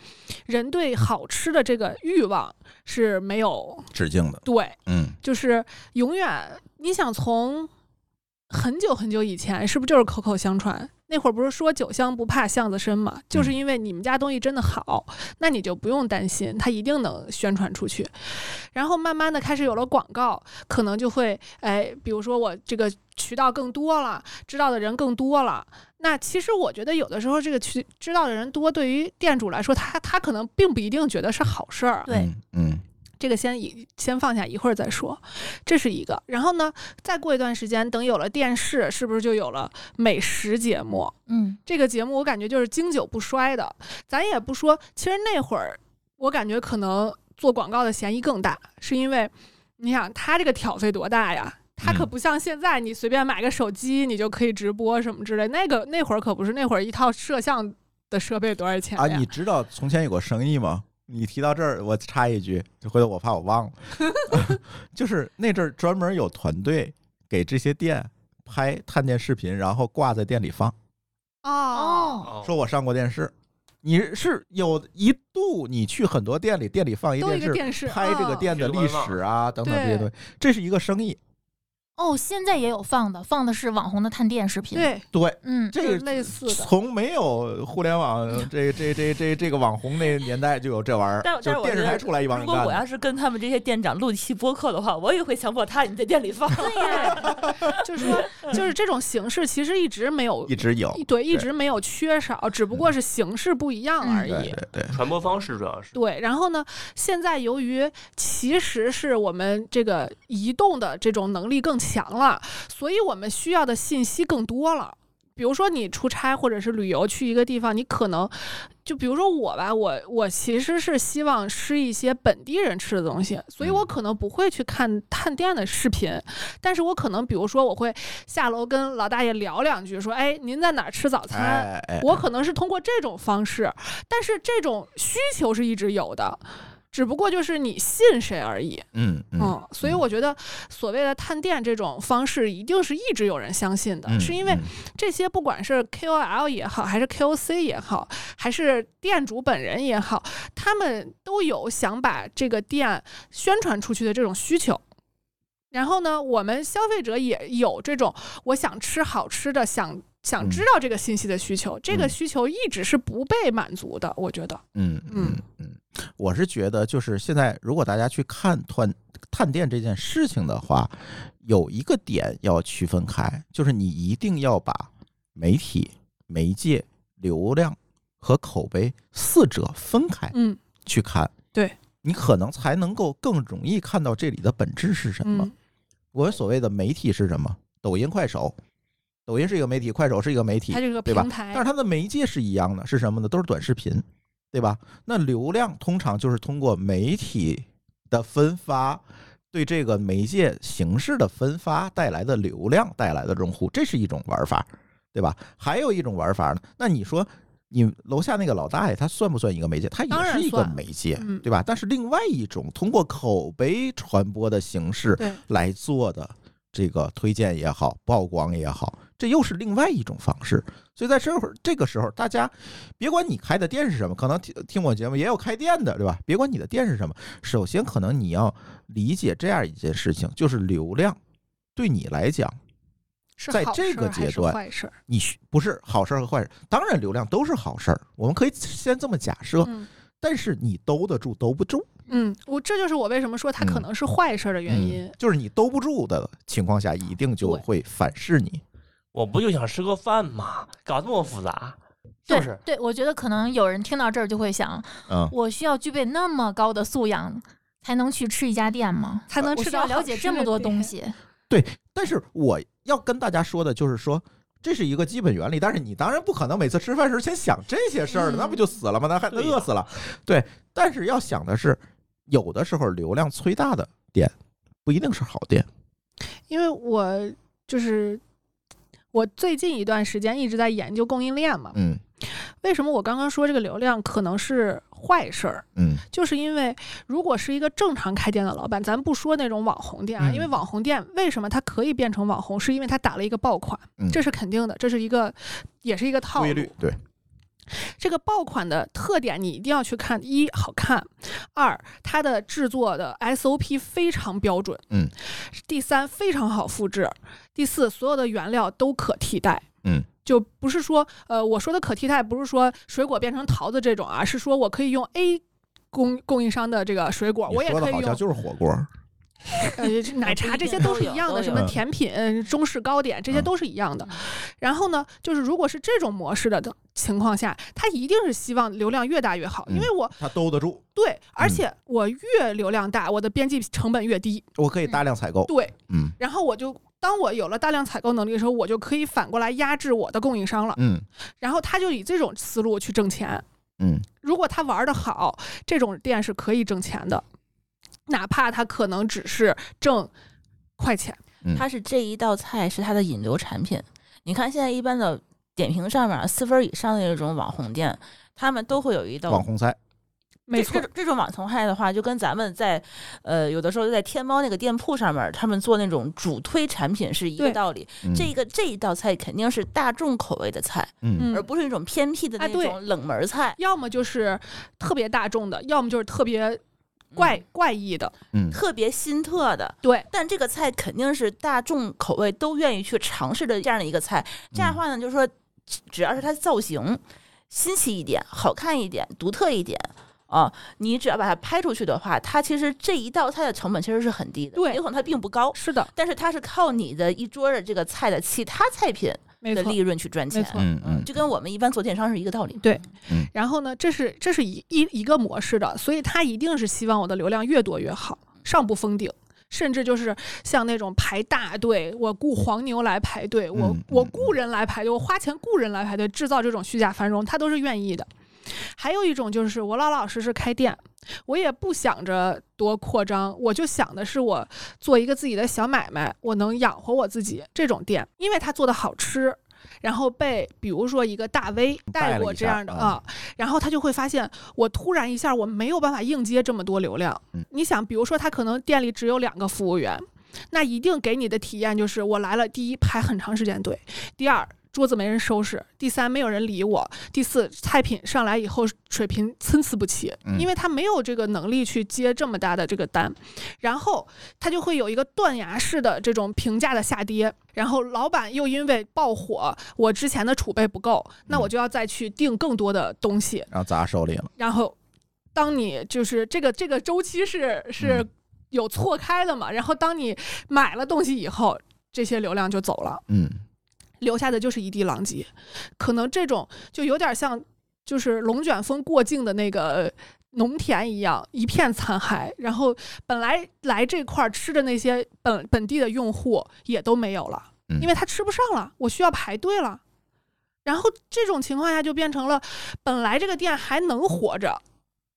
C: 人对好吃的这个欲望是没有
B: 致敬的，
C: 对，
B: 嗯
C: 就是永远你想从很久很久以前，是不是就是口口相传？那会儿不是说酒香不怕巷子深嘛，就是因为你们家东西真的好，那你就不用担心，它一定能宣传出去。然后慢慢的开始有了广告，可能就会哎，比如说我这个渠道更多了，知道的人更多了。那其实我觉得有的时候这个渠知道的人多，对于店主来说，他他可能并不一定觉得是好事儿。
D: 对，
B: 嗯
C: 这个先一先放下，一会儿再说，这是一个。然后呢，再过一段时间，等有了电视，是不是就有了美食节目？
D: 嗯，
C: 这个节目我感觉就是经久不衰的。咱也不说，其实那会儿我感觉可能做广告的嫌疑更大，是因为你想他这个挑费多大呀？他可
B: 嗯
C: 不像现在，你随便买个手机你就可以直播什么之类。那个那会儿可不是，那会儿一套摄像的设备多少 钱
B: 啊，
C: 哎呀
B: 你知道从前有个生意吗？你提到这儿，我插一句，就回头我怕我忘了， 就是那阵儿专门有团队给这些店拍探店视频，然后挂在店里放，
C: 哦，
D: 哦，
B: 说我上过电视。你是有一度你去很多店里，店里放一
C: 都
B: 电
C: 一
B: 视
C: 个，电视
B: 拍这个
C: 啊
B: 店的历史啊等等这些
C: 对
B: 东西，这是一个生意。
D: 哦，现在也有放的，放的是网红的探店视频。，
C: 对，
B: 对，
D: 嗯，
C: 就
B: 这
C: 是
B: 个
C: 类似的。
B: 从没有互联网这这这这这个网红那年代就有这玩意
E: 但
B: 儿，
E: 但
B: 就是是
E: 我
B: 电视
E: 觉得
B: 台出来一帮
E: 如
B: 人
E: 果
B: 干的。
E: 我要是跟他们这些店长录一期播客的话，我也会强迫他你在店里 放。
D: 对呀，
C: 就是说，就是这种形式其实一直没有
B: 一，直有，嗯
C: 对，一直没有缺少，只不过是形式不一样而
D: 嗯
C: 已。
B: 对对对，
F: 传播方式主要是
C: 对，然后呢？现在由于其实是我们这个移动的这种能力更强了，所以我们需要的信息更多了。比如说你出差或者是旅游去一个地方，你可能就比如说我吧，我我其实是希望吃一些本地人吃的东西，所以我可能不会去看探店的视频，但是我可能比如说我会下楼跟老大爷聊两句，说哎您在哪儿吃早餐？
B: 哎哎，
C: 我可能是通过这种方式，但是这种需求是一直有的，只不过就是你信谁而已。
B: 嗯嗯，
C: 嗯，所以我觉得所谓的探店这种方式，一定是一直有人相信的，
B: 嗯
C: 是因为
B: 嗯
C: 这些不管是 KOL 也好，还是 KOC 也好，还是店主本人也好，他们都有想把这个店宣传出去的这种需求。然后呢，我们消费者也有这种我想吃好吃的，想想知道这个信息的需求，这个
B: 嗯
C: 需求一直是不被满足的，我觉得。
B: 嗯嗯嗯，我是觉得就是现在，如果大家去看探探店这件事情的话，有一个点要区分开，就是你一定要把媒体、媒介、流量和口碑四者分开
C: 嗯
B: 去看，
C: 对
B: 你可能才能够更容易看到这里的本质是什么
C: 嗯。
B: 我所谓的媒体是什么？抖音、快手，抖音是一个媒体，快手是一个媒体，
C: 它这个
B: 对吧
C: 平台
B: 但是它的媒介是一样的，是什么呢？都是短视频，对吧？那流量通常就是通过媒体的分发。对这个媒介形式的分发带来的流量带来的用户，这是一种玩法，对吧？还有一种玩法呢，那你说你楼下那个老大爷，他算不算一个媒介？他也
C: 当然
B: 是一个
C: 算
B: 媒介，
C: 嗯
B: 对吧？但是另外一种通过口碑传播的形式
C: 对
B: 来做的这个推荐也好，曝光也好，这又是另外一种方式。所以在这会儿这个时候，大家别管你开的店是什么，可能听听我节目也有开店的，对吧？别管你的店是什么，首先可能你要理解这样一件事情，就是流量对你来讲，
C: 是
B: 在
C: 好
B: 这
C: 事
B: 个
C: 儿还
B: 阶
C: 是
B: 段
C: 坏事儿。
B: 你需不是好事儿和坏事儿，当然流量都是好事儿，我们可以先这么假设，
C: 嗯。
B: 但是你兜得住兜不住。
C: 嗯，我这就是我为什么说它可
B: 嗯
C: 能是坏事儿的原因
B: 嗯。就是你兜不住的情况下，一定就
F: 对
B: 会反噬你。
F: 我不就想吃个饭嘛，搞这么复杂，是
D: 对
F: 不是？
D: 对，我觉得可能有人听到这儿就会想，
B: 嗯，
D: 我需要具备那么高的素养才能去吃一家店吗？
C: 才能
D: 我
C: 吃
D: 需
C: 到
D: 要了
C: 好
D: 解
C: 吃
D: 这
C: 的
D: 么多
C: 店
D: 东西。
B: 但是我要跟大家说的就是说，这是一个基本原理，但是你当然不可能每次吃饭时先想这些事儿了，
D: 嗯
B: 那不就死了吗？那还
F: 对呀
B: 饿死了。对，但是要想的是，有的时候流量催大的店不一定是好店。
C: 因为我就是我最近一段时间一直在研究供应链嘛。
B: 嗯
C: 为什么我刚刚说这个流量可能是坏事儿？
B: 嗯
C: 就是因为如果是一个正常开店的老板，咱不说那种网红店啊，
B: 嗯
C: 因为网红店为什么它可以变成网红，是因为它打了一个爆款，
B: 嗯，
C: 这是肯定的，这是一个也是一个套路。
B: 规律。对，
C: 这个爆款的特点，你一定要去看：一好看，二它的制作的 SOP 非常标准，
B: 嗯，
C: 第三非常好复制，第四所有的原料都可替代，
B: 嗯。
C: 就不是说，呃，我说的可替代不是说水果变成桃子这种啊，是说我可以用 A 供供应商的这个水果，我
B: 你
C: 也
B: 说
C: 可
B: 的
C: 以
B: 好像
C: 用嗯
B: 就是火锅。
C: 呃奶茶，
E: 不一定
C: 这些都是一样
E: 都
C: 的，
E: 有
C: 什么
B: 都有
C: 甜品、呃中式糕点，这些
B: 嗯
C: 都是一样的。
D: 嗯
C: 然后呢，就是如果是这种模式的的情况下，他一定是希望流量越大越
B: 嗯
C: 好，因为我
B: 它兜得住，
C: 对，
B: 嗯
C: 而且我越流量大，我的边际成本越低。
B: 我可以大量采购。
C: 对，
B: 嗯
C: 然后我就当我有了大量采购能力的时候，我就可以反过来压制我的供应商了。
B: 嗯
C: 然后他就以这种思路去挣钱。
B: 嗯
C: 如果他玩的好，这种店是可以挣钱的，哪怕他可能只是挣快钱。
E: 它是这一道菜是它的引流产品。你看现在一般的点评上面啊四分以上的那种网红店，他们都会有一道
B: 网红菜。
C: 没
E: 这
C: 错
E: 这，种这种网红害的话，就跟咱们在呃有的时候在天猫那个店铺上面，他们做那种主推产品是一个
C: 对
E: 道理。
B: 嗯
E: 这个这一道菜肯定是大众口味的菜，
B: 嗯
E: 而
C: 嗯，
E: 不是那种偏僻的
C: 哎
E: 那
C: 对
E: 种冷门菜。
C: 要么就是特别大众的，要么就是特别怪、
E: 嗯
C: 怪异的。
B: 嗯
E: 特别新特的，
C: 对，
E: 但这个菜肯定是大众口味都愿意去尝试的这样的一个菜。这样的话呢，就是说，只只要是它造型新奇一点、好看一点、独特一点啊，你只要把它拍出去的话，它其实这一道菜的成本其实是很低的，
C: 对
E: 有可能它并不高，
C: 是的，
E: 但是它是靠你的一桌的这个菜的其他菜品
C: 没
E: 的
C: 错
E: 利。润去赚钱
C: 没。错
B: 嗯嗯
E: 就跟我们一般做电商是一个道理。
C: 对
B: 嗯
C: 然后呢，这是这是一一一个模式的，所以他一定是希望我的流量越多越好，上不封顶。甚至就是像那种排大队，我雇黄牛来排队，我、
B: 嗯
C: 我
B: 嗯
C: 雇人来排队，我花钱雇人来排队，制造这种虚假繁荣，他都是愿意的。还有一种就是我老老实实开店，我也不想着多扩张，我就想的是我做一个自己的小买卖，我能养活我自己。这种店，因为它做的好吃，然后被比如说一个大 V
B: 带
C: 带
B: 了
C: 过
B: 一
C: 这
B: 下
C: 样的
B: 啊
C: 啊、然后他就会发现，我突然一下我没有办法应接这么多流量。
B: 嗯
C: 你想，比如说他可能店里只有两个服务员，那一定给你的体验就是，我来了，第一排很长时间队，第二。桌子没人收拾，第三没有人理我，第四菜品上来以后水平参差不齐，
B: 嗯
C: 因为他没有这个能力去接这么大的这个单，然后他就会有一个断崖式的这种评价的下跌，然后老板又因为爆火，我之前的储备不够，那我就要再去订更多的东西，
B: 然后砸手里了，
C: 然后当你就是这个这个周期是是
B: 嗯
C: 有错开的嘛，然后当你买了东西以后，这些流量就走了，
B: 嗯，
C: 留下的就是一地狼藉，可能这种就有点像就是龙卷风过境的那个。农田一样一片残骸，然后本来来这块儿吃的那些本本地的用户也都没有了，
B: 嗯
C: 因为他吃不上了，我需要排队了。然后这种情况下就变成了，本来这个店还能活着，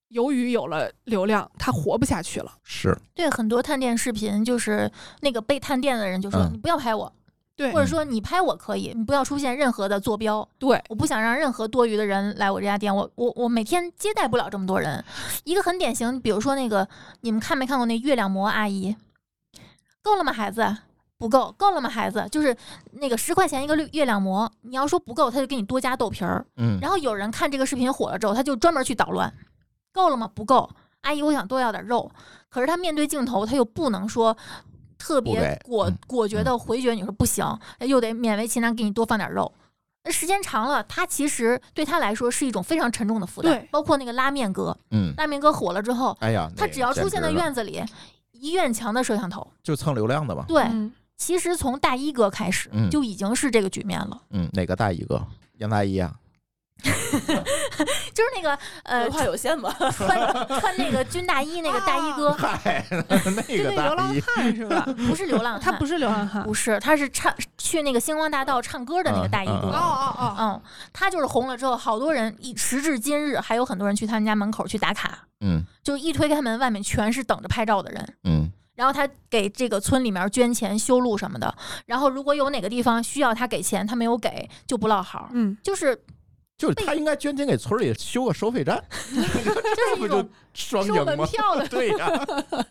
C: 由于有了流量，它活不下去了。
B: 是，
D: 对，很多探店视频就是那个被探店的人就说：“
B: 嗯
D: 你不要拍我，
C: 对
D: 或者说你拍我可以，你不要出现任何的坐标，
C: 对，
D: 我不想让任何多余的人来我这家店，我我我每天接待不了这么多人。一个很典型，比如说那个，你们看没看过那月亮馍阿姨？够了吗，孩子？不够，够了吗，孩子？就是那个十块钱一个绿月亮馍，你要说不够，他就给你多加豆皮儿。
B: 嗯
D: 然后有人看这个视频火了之后，他就专门去捣乱，够了吗？不够，阿姨，我想多要点肉。可是他面对镜头，他又不能说特
B: 不给
D: 别果
B: 嗯
D: 果决的回绝你说不行，又得勉为其难给你多放点肉。那时间长了，他其实对他来说是一种非常沉重的负担
C: 对。
D: 包括那个拉面哥，
B: 嗯，
D: 拉面哥火了之后，
B: 哎呀，
D: 他
B: 那
D: 只要
B: 简
D: 出现
B: 直
D: 在
B: 了嗯
D: 院子里，一院墙的摄像头。
B: 就蹭流量的嘛，
D: 对，
C: 嗯
D: 其实从大衣哥开始
B: 嗯
D: 就已经是这个局面了，
B: 嗯，哪个大一个？杨大一啊，
D: 就是那个呃
E: 文化有 限吧？
D: 穿穿那个军大衣那个大衣哥，
B: 嗨， 那
C: 就
B: 个
C: 那流
B: 大
C: 浪
B: 一，
C: 汉是 吧？
D: 不是流 浪
C: 他
D: 汉，
C: 不是流浪汉，
D: 不是，他是唱去那个星光大道唱歌的那个大衣
B: 嗯
C: 哦
B: 嗯
D: 哥。
C: 哦哦，
D: 嗯，他就是红了之后，好多人一时至今日还有很多人去他们家门口去打卡，
B: 嗯
D: 就一推开门，外面全是等着拍照的人。
B: 嗯
D: 然后他给这个村里面捐钱修路什么的，然后如果有哪个地方需要他给钱，他没有给就不落好，
C: 嗯，
D: 就是
B: 就是他应该捐钱给村里修个收费站，
D: 这
B: 这
D: 是
B: 不就
D: 一种
B: 双
C: 收
B: 赢
C: 门
B: 吗？
C: 票 的
B: 对 呀，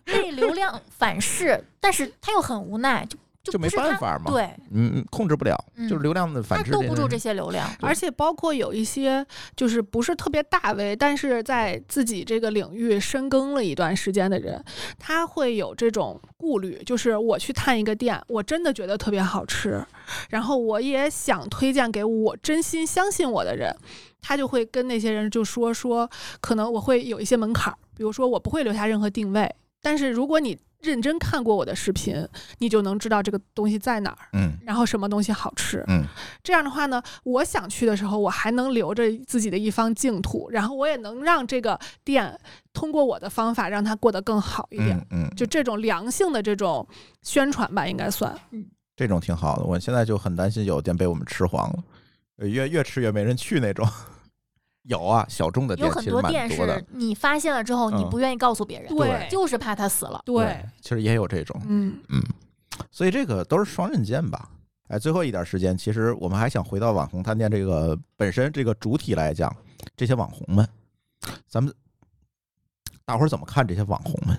D: 被流量反噬，但是他又很无奈，就
B: 就
D: 就
B: 没
D: 不是
B: 办
D: 他
B: 法嘛，
D: 对，
B: 嗯，控制不了，
D: 嗯
B: 就是流量的
D: 他
B: 反制
D: 兜不住这
B: 件事
D: 些流量，
C: 而且包括有一些就是不是特别大 V，但是在自己这个领域深耕了一段时间的人，他会有这种顾虑，就是我去探一个店，我真的觉得特别好吃，然后我也想推荐给我真心相信我的人，他就会跟那些人就说说，可能我会有一些门槛儿，比如说我不会留下任何定位，但是如果你认真看过我的视频，你就能知道这个东西在哪儿，
B: 嗯
C: 然后什么东西好吃。
B: 嗯
C: 这样的话呢，我想去的时候，我还能留着自己的一方净土，然后我也能让这个店通过我的方法让它过得更好一点。
B: 嗯嗯，
C: 就这种良性的这种宣传吧，应该算。
B: 这种挺好的，我现在就很担心有店被我们吃黄了，呃越越吃越没人去那种。 有啊，小众的
D: 有
B: 店
D: 很
B: 其实蛮
D: 店
B: 多的
D: 是，你发现了之后，你
B: 嗯
D: 不愿意告诉别人，
C: 对
D: 就是怕他死了。
C: 对，
B: 其实也有这种，
C: 嗯，
B: 所以这个都是双刃剑吧。哎，最后一点时间，其实我们还想回到网红探店这个本身这个主体来讲，这些网红们，咱们大伙儿怎么看这些网红们？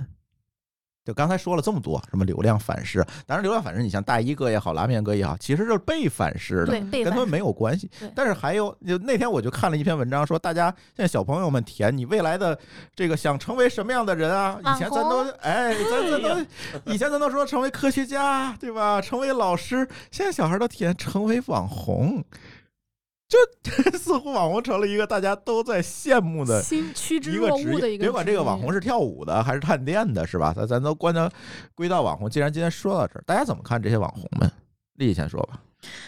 B: 就刚才说了这么多，什么流量反噬，当然流量反噬，你像大衣哥也好，拉面哥也好，其实就是被反噬的，
D: 对，
C: 嗯
D: 被
B: 跟他
D: 反
B: 们没有关系
D: 对。
B: 但是还有，就那天我就看了一篇文章，说大家现在小朋友们填你未来的这个想成为什么样的人啊？以前咱都
D: 网
B: 哎，咱咱都以前咱都说成为科学家，对吧？成为老师，现在小孩都填成为网红。这 似乎网红成了一个大家都在羡慕的
C: 心趋之
B: 一个
C: 若
B: 职
C: 鹜的
B: 业，
C: 一个。
B: 别管这个网红，是跳舞的还是探店的，是吧？咱咱都关到归到网红。既然今天说到这儿，大家怎么看这些网红们？丽丽先说吧。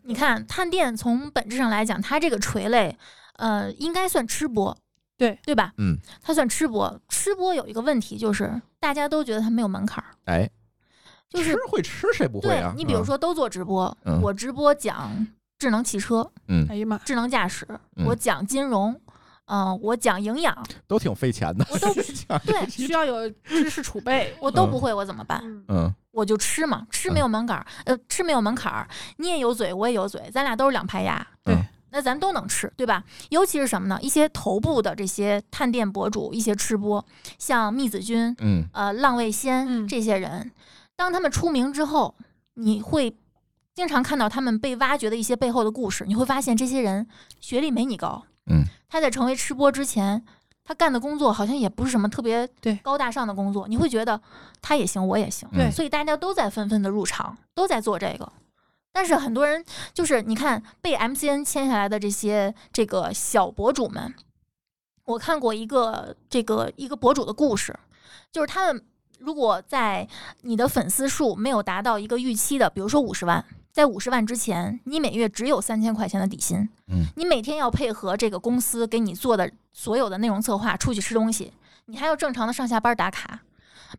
D: 你看探店从本质上来讲，它这个垂类，呃，应该算吃播，
C: 对
D: 对吧？
B: 嗯，
D: 它算吃播。吃播有一个问题就是，大家都觉得它没有门槛儿，
B: 哎，
D: 就是
B: 吃会吃，谁不会
D: 对
B: 啊？
D: 你比如
B: 嗯，
D: 说都做直播，
B: 嗯
D: 我直播讲智能汽车、
B: 嗯，
C: 哎呀妈，
D: 智能驾驶，
B: 嗯
D: 我讲金融，嗯、我讲营养，
B: 都挺费钱的。
D: 我都对
C: 需要有知识储 备。
D: 我都
B: 嗯
D: 不会，我怎么办？
C: 嗯，
B: 嗯，
D: 我就吃嘛，吃没有门槛儿，呃，吃没有门槛儿，你也有嘴，我也有嘴，咱俩都是两排牙，
B: 对
D: 那咱都能吃，对吧？尤其是什么呢？一些头部的这些探店博主，一些吃播，像密子君、
B: 嗯
D: 呃浪味仙
C: 嗯
D: 这些人，当他们出名之后，你会经常看到他们被挖掘的一些背后的故事，你会发现这些人学历没你高，
B: 嗯，
D: 他在成为吃播之前。他干的工作好像也不是什么特别
C: 对
D: 高大上的工作，你会觉得他也行，我也行，
B: 嗯
C: 对
D: 所以大家都在纷纷的入场，都在做这个。但是很多人就是你看被 MCN 签下来的这些这个小博主们，我看过一个这个一个博主的故事，就是他们如果在你的粉丝数没有达到一个预期的，比如说五十万，在五十万之前，你每月只有三千块钱的底薪，
B: 嗯，
D: 你每天要配合这个公司给你做的所有的内容策划出去吃东西，你还要正常的上下班打卡，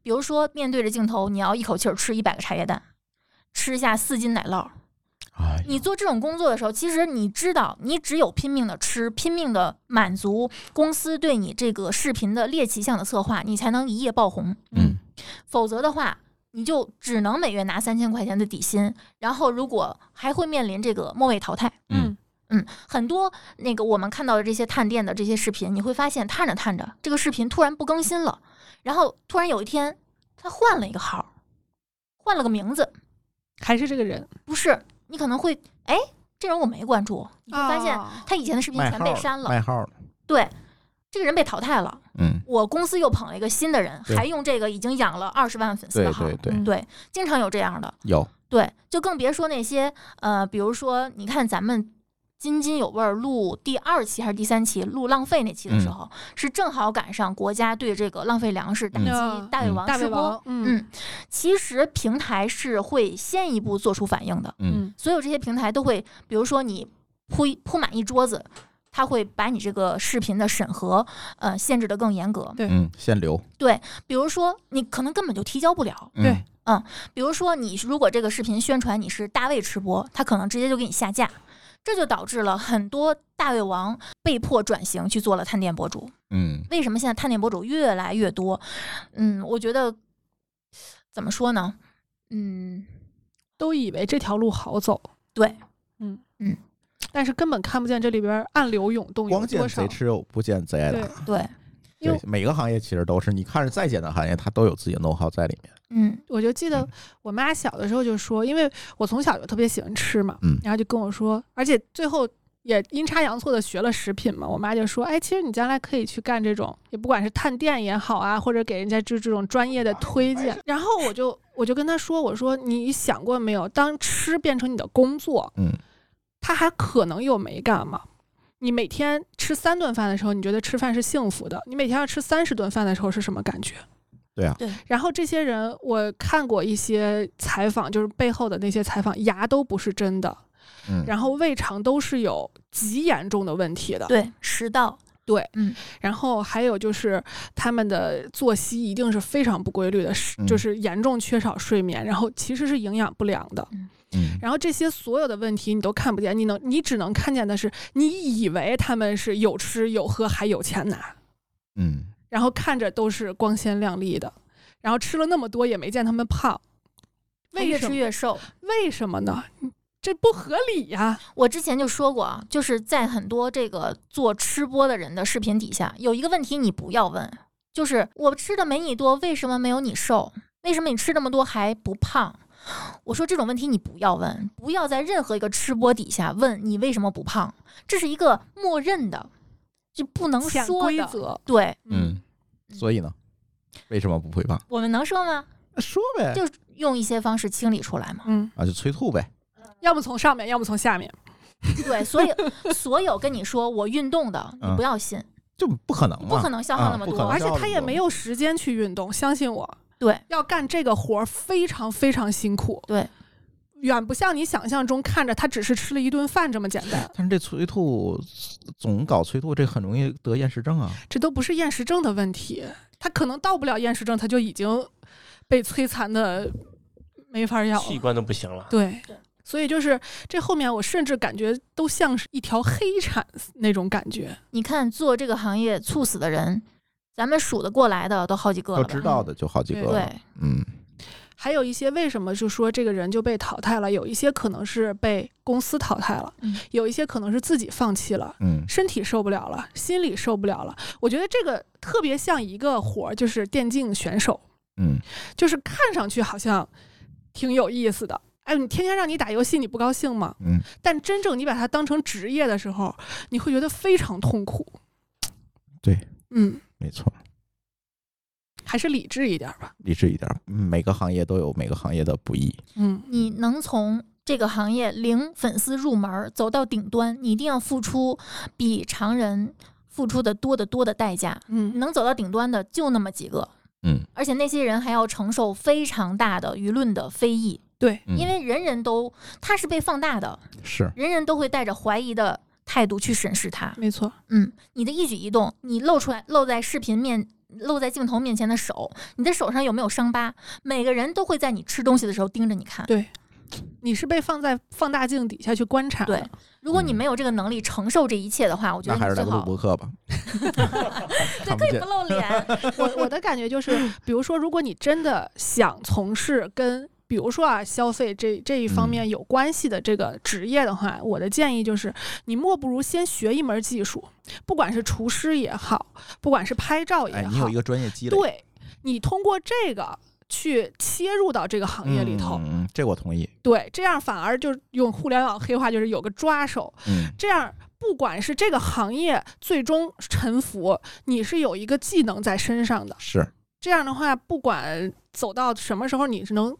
D: 比如说面对着镜头，你要一口气儿吃一百个茶叶蛋，吃下四斤奶酪，
B: 哎
D: 你做这种工作的时候，其实你知道，你只有拼命的吃，拼命的满足公司对你这个视频的猎奇向的策划，你才能一夜爆红。
B: 嗯，
D: 否则的话，你就只能每月拿三千块钱的底薪，然后如果还会面临这个末位淘汰。
B: 嗯
D: 嗯，很多那个我们看到的这些探店的这些视频，你会发现探着探着，这个视频突然不更新了，然后突然有一天他换了一个号，换了个名字，
C: 还是这个人，
D: 不是，你可能会哎，这人我没关注，你会发现
C: 啊
D: 他以前的视频
B: 卖
D: 全
B: 号
D: 被删了，
B: 卖号了。
D: 对，这个人被淘汰了。
B: 嗯，
D: 我公司又捧了一个新的人，
B: 对
D: 还用这个已经养了二十万粉丝
B: 对
D: 的号，
B: 对对，
C: 嗯
D: 对，经常有这样的，
B: 有，
D: 对，就更别说那些呃，比如说你看咱们。津津有味儿录第二期还是第三期录浪费那期的时候，是正好赶上国家对这个浪费粮食打击
C: 嗯
D: 大胃
B: 嗯
D: 王
C: 大
D: 吃
C: 胃
D: 播。
C: 王，嗯
D: 嗯，其实平台是会先一步做出反应的，
B: 嗯
C: 嗯
D: 所有这些平台都会，比如说你铺一铺满一桌子，它会把你这个视频的审核呃限制的更严格。
C: 对
B: 嗯，限流。
D: 比如说你可能根本就提交不了，
B: 嗯
C: 对，
D: 比如说你如果这个视频宣传你是大胃吃播，它可能直接就给你下架，这就导致了很多大胃王被迫转型去做了探店博主。
B: 嗯
D: 为什么现在探店博主越来越多？嗯，我觉得怎么说呢？嗯，
C: 都以为这条路好走，
D: 对，
C: 嗯
D: 嗯，
C: 但是根本看不见这里边暗流涌动有
B: 光见
C: 多
B: 贼
C: 少。
B: 吃肉，不见贼挨
C: 对
B: 打。，
D: 对，
C: 因
B: 对
C: 为，
B: 每个行业其实都是，你看着再简单的行业，它都有自己的 know how 在里面。
D: 嗯
C: 我就记得
B: 嗯
C: 我妈小的时候就说，因为我从小就特别喜欢吃嘛，
B: 嗯
C: 然后就跟我说，而且最后也阴差阳错的学了食品嘛。我妈就说，哎，其实你将来可以去干这种，也不管是探店也好啊，或者给人家这这种专业的推荐。然后我就我就跟她说，我说你想过没有，当吃变成你的工作，
B: 嗯，
C: 它还可能有美感吗？你每天吃三顿饭的时候，你觉得吃饭是幸福的；你每天要吃三十顿饭的时候，是什么感觉？
B: 对啊
E: 对。
C: 然后这些人，我看过一些采访，就是背后的那些采访，牙都不是真的，
B: 嗯，
C: 然后胃肠都是有极严重的问题的。
D: 对，嗯食道，
C: 然后还有就是他们的作息一定是非常不规律的，是
B: 嗯
C: 就是严重缺少睡眠，然后其实是营养不良的。
B: 嗯
C: 然后这些所有的问题你都看不见，你能你只能看见的是，你以为他们是有吃有喝还有钱拿，
B: 嗯，
C: 然后看着都是光鲜亮丽的，然后吃了那么多也没见他们胖，
D: 它
C: 为
D: 越
C: 什
D: 吃
C: 么？
D: 越瘦。
C: 为什么呢？这不合理呀、
D: 我之前就说过啊，就是在很多这个做吃播的人的视频底下，有一个问题你不要问，就是我吃的没你多，为什么没有你瘦？为什么你吃这么多还不胖？我说这种问题你不要问，不要在任何一个吃播底下问你为什么不胖，这是一个默认的，就不能
C: 潜
D: 说
C: 规
D: 的。
C: 则，
D: 对，
B: 嗯，所以呢，为什么不会吧？
D: 我们能说吗？
B: 呃说呗，
D: 就用一些方式清理出来嘛。
C: 嗯，
B: 啊，就催吐呗。
C: 要么从上面，要么从下面，
D: 对，所以所有跟你说我运动的，你
B: 嗯
D: 不要信，
B: 就不可能
D: 你
B: 嘛，
D: 不可能消耗那么
B: 啊不可能。
D: 多
C: 而且他也
B: 我
C: 没有时间去运动，相信我，
D: 对，
C: 要干这个活儿非常非常辛苦，
D: 对，
C: 远不像你想象中看着他只是吃了一顿饭这么简 单，
B: 但是这催吐总搞催吐，这很容易得厌食症啊。
C: 这都不是厌食症的问题，他可能到不了厌食症，他就已经被摧残的没法要
F: 器
C: 了。
F: 官都不行了。
C: 对
D: 对，
C: 所以就是这后面，我甚至感觉都像是一条黑产那种感觉。
D: 你看做这个行业猝死的人，咱们数得过来的都好几个
B: 要
D: 了吧，
B: 知道的就好几个了。
D: 对，
B: 嗯，
C: 还有一些为什么就说这个人就被淘汰了？有一些可能是被公司淘汰了，
D: 嗯
C: 有一些可能是自己放弃了，
B: 嗯
C: 身体受不了了，心理受不了了。我觉得这个特别像一个活儿，就是电竞选手，
B: 嗯
C: 就是看上去好像挺有意思的。哎，你天天让你打游戏，你不高兴吗？
B: 嗯，
C: 但真正你把它当成职业的时候，你会觉得非常痛苦。
B: 对，
C: 嗯，
B: 没错，
C: 还是理智一点吧。
B: 理智一点。嗯每个行业都有每个行业的不易。
C: 嗯，
D: 你能从这个行业零粉丝入门儿走到顶端，你一定要付出比常人付出的多得多的代价。
C: 嗯，
D: 能走到顶端的就那么几个，
B: 嗯，
D: 而且那些人还要承受非常大的舆论的非议，
C: 对，
B: 嗯
D: 因为人人都他是被放大的，
B: 是
D: 人人都会带着怀疑的态度去审视他。
C: 没错，
D: 嗯，你的一举一动，你露出来露在视频面。露在镜头面前的手，你的手上有没有伤疤？每个人都会在你吃东西的时候盯着你看。
C: 对，你是被放在放大镜底下去观察的
D: 对。如果你
B: 嗯
D: 没有这个能力承受这一切的话，我觉
B: 那
D: 得
B: 还是
D: 你
B: 来
D: 最
B: 个录
D: 好
B: 播课吧。
D: 对
B: 看不
D: 可以
B: 见
D: 不露脸。
C: 我我的感觉就是，比如说，如果你真的想从事跟比如说啊消费这这一方
B: 嗯
C: 面有关系的这个职业的话，我的建议就是，你莫不如先学一门技术，不管是厨师也好，不管是拍照也
B: 哎，你
C: 好，
B: 有一个专业积累，
C: 对你通过这个去切入到这个行业里头，
B: 嗯，嗯这我同意。
C: 对，这样反而就是用互联网黑话就是有个抓手，
B: 嗯，
C: 这样不管是这个行业最终沉浮，你是有一个技能在身上的。
B: 是，
C: 这样的话，不管走到什么时候，你是能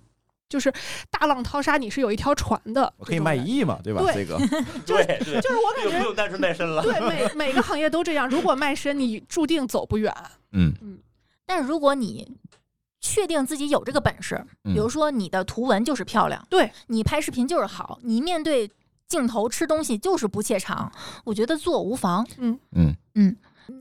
C: 就是大浪淘沙，你是有一条船的。
B: 我可以卖
C: 艺，
B: 艺嘛，对吧？
C: 对
B: 这个
F: 对对，
C: 就是我
F: 就
C: 感
F: 不
C: 觉。
F: 用单纯卖身了。
C: 对每每个行业都这样，如果卖身，你注定走不远。
B: 嗯，
D: 但如果你确定自己有这个本事，比如
B: 嗯
D: 说你的图文就是漂亮，
C: 对
D: 你拍视频就是好，你面对镜头吃东西就是不怯场，我觉得做无妨。
B: 嗯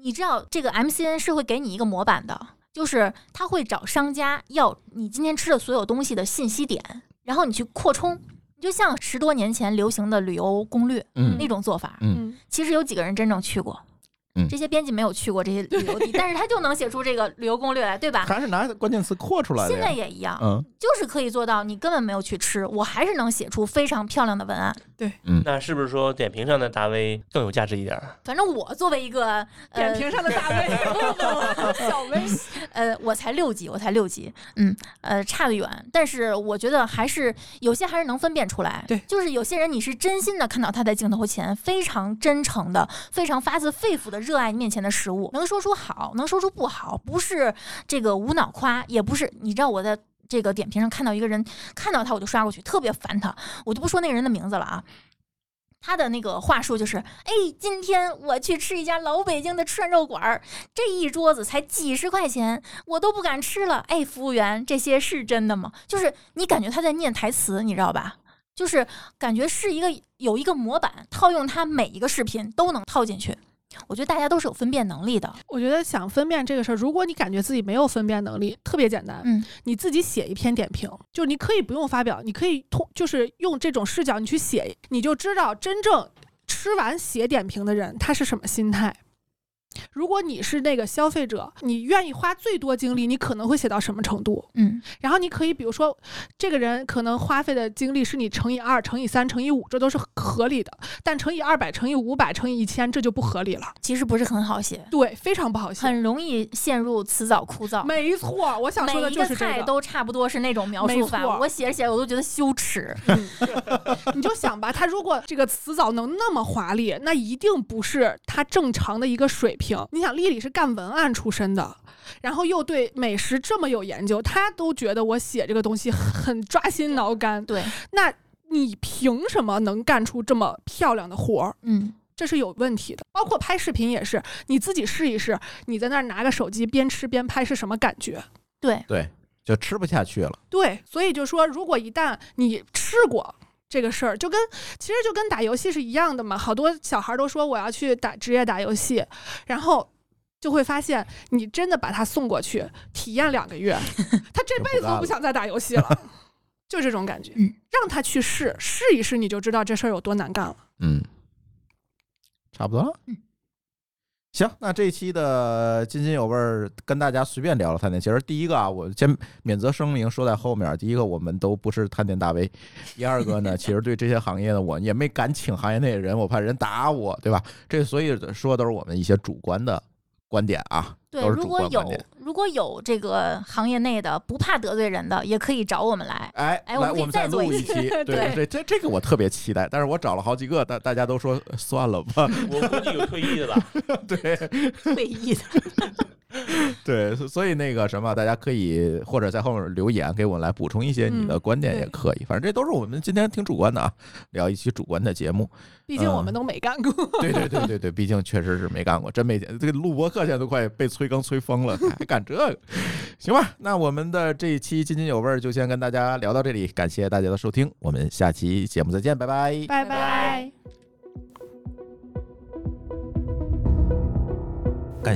D: 你知道这个 MCN 是会给你一个模板的，就是他会找商家要你今天吃的所有东西的信息点，然后你去扩充。你就像十多年前流行的旅游攻略
B: 嗯
D: 那种做法，
B: 嗯
C: 嗯，
D: 其实有几个人真正去过
B: 嗯。
D: 这些编辑没有去过这些旅游地，但是他就能写出这个旅游攻略来，对吧？
B: 还是拿关键词扩出来的
D: 现
B: 呀。
D: 在也一样，
B: 嗯
D: 就是可以做到，你根本没有去吃，我还是能写出非常漂亮的文案。
F: 那是不是说点评上的大 V 更有价值一点儿？啊
D: 反正我作为一个呃
C: 点评上的大 V，小 V，
D: 呃，我才六级，我才六级，嗯，呃，差得远。但是我觉得还是有些还是能分辨出来，
C: 对
D: 就是有些人你是真心的看到他在镜头前非常真诚的、非常发自肺腑的热爱面前的食物，能说出好，能说出不好，不是这个无脑夸，也不是你知道我在。这个点评上看到一个人，看到他我就刷过去，特别烦他，我就不说那个人的名字了啊。他的那个话术就是：哎，今天我去吃一家老北京的涮肉馆儿，这一桌子才几十块钱，我都不敢吃了。哎，服务员，这些是真的吗？就是你感觉他在念台词，你知道吧？就是感觉是一个有一个模板，套用他每一个视频都能套进去。我觉得大家都是有分辨能力的，
C: 我觉得想分辨这个事儿，如果你感觉自己没有分辨能力，特别简单，
D: 嗯，
C: 你自己写一篇点评，就你可以不用发表，你可以通就是用这种视角你去写，你就知道真正吃完写点评的人他是什么心态。如果你是那个消费者，你愿意花最多精力，你可能会写到什么程度？
D: 嗯
C: 然后你可以比如说，这个人可能花费的精力是你乘以二、乘以三、乘以五，这都是合理的。但乘以二百、乘以五百、乘以一千，这就不合理了。
D: 其实不是很好写，
C: 对，非常不好写。
D: 很容易陷入词藻枯燥。
C: 没错，我想说的
D: 每一
C: 就是这
D: 菜都差不多是那种描
C: 没
D: 述
C: 错
D: 法，我写着写着我都觉得羞 耻。
C: 你就想吧，他如果这个词藻能那么华丽，那一定不是他正常的一个水平。你想，丽丽是干文案出身的，然后又对美食这么有研究，她都觉得我写这个东西很抓心挠肝。
D: 对，
C: 那你凭什么能干出这么漂亮的活儿？
D: 嗯，
C: 这是有问题的，包括拍视频也是，你自己试一试，你在那儿拿个手机边吃边拍是什么感觉？
D: 对，
B: 对，就吃不下去了。
C: 对，所以就说，如果一旦你吃过这个事儿，就跟其实就跟打游戏是一样的嘛。好多小孩儿都说我要去打职业打游戏，然后就会发现，你真的把他送过去体验两个月，他这辈子都不想再打游戏了。就这种感觉。
D: 嗯
C: 让他去试试一试，你就知道这事儿有多难干了。
B: 嗯，差不多了
D: 嗯。
B: 行，那这一期的津津有味儿跟大家随便聊了探店。其实第一个啊，我先免责声明说在后面儿。第一个，我们都不是探店大 V；第二个呢，其实对这些行业呢，我也没敢请行业内的人，我怕人打我，对吧？这所以说都是我们一些主观的观点啊，
D: 对，
B: 都是
D: 如
B: 主
D: 果
B: 观观
D: 有
B: 点。
D: 如果有这个行业内的不怕得罪人的，也可以找我们来。
B: 哎，
D: 哎我
B: 来，
D: 们可以
B: 我们
D: 再
B: 再
D: 做
B: 录
D: 一
B: 一
D: 期
B: 期，对
D: 对
B: 对，这这个我特别期待，但是我找了好几个，大大家都说算了 吧，
F: 我估计有退役的吧。
B: 对，
E: 会议的，
B: 对，所所以那个什么，大家可以或者在后面留言给我们来补充一些你的
C: 嗯
B: 观点也
C: 对
B: 可以，反正这都是我们今天挺主观的啊，聊一期主观的节 目。
C: 毕竟我
B: 嗯
C: 们都没干过。
B: 对对对对对，毕竟确实是没干过，真没见这个录播课现在都快被催更催疯了，还干这个？行吧，那我们的这一期津津有味儿就先跟大家聊到这里，感谢大家的收听，我们下期节目再见，拜拜。
C: 拜
E: 拜
A: 感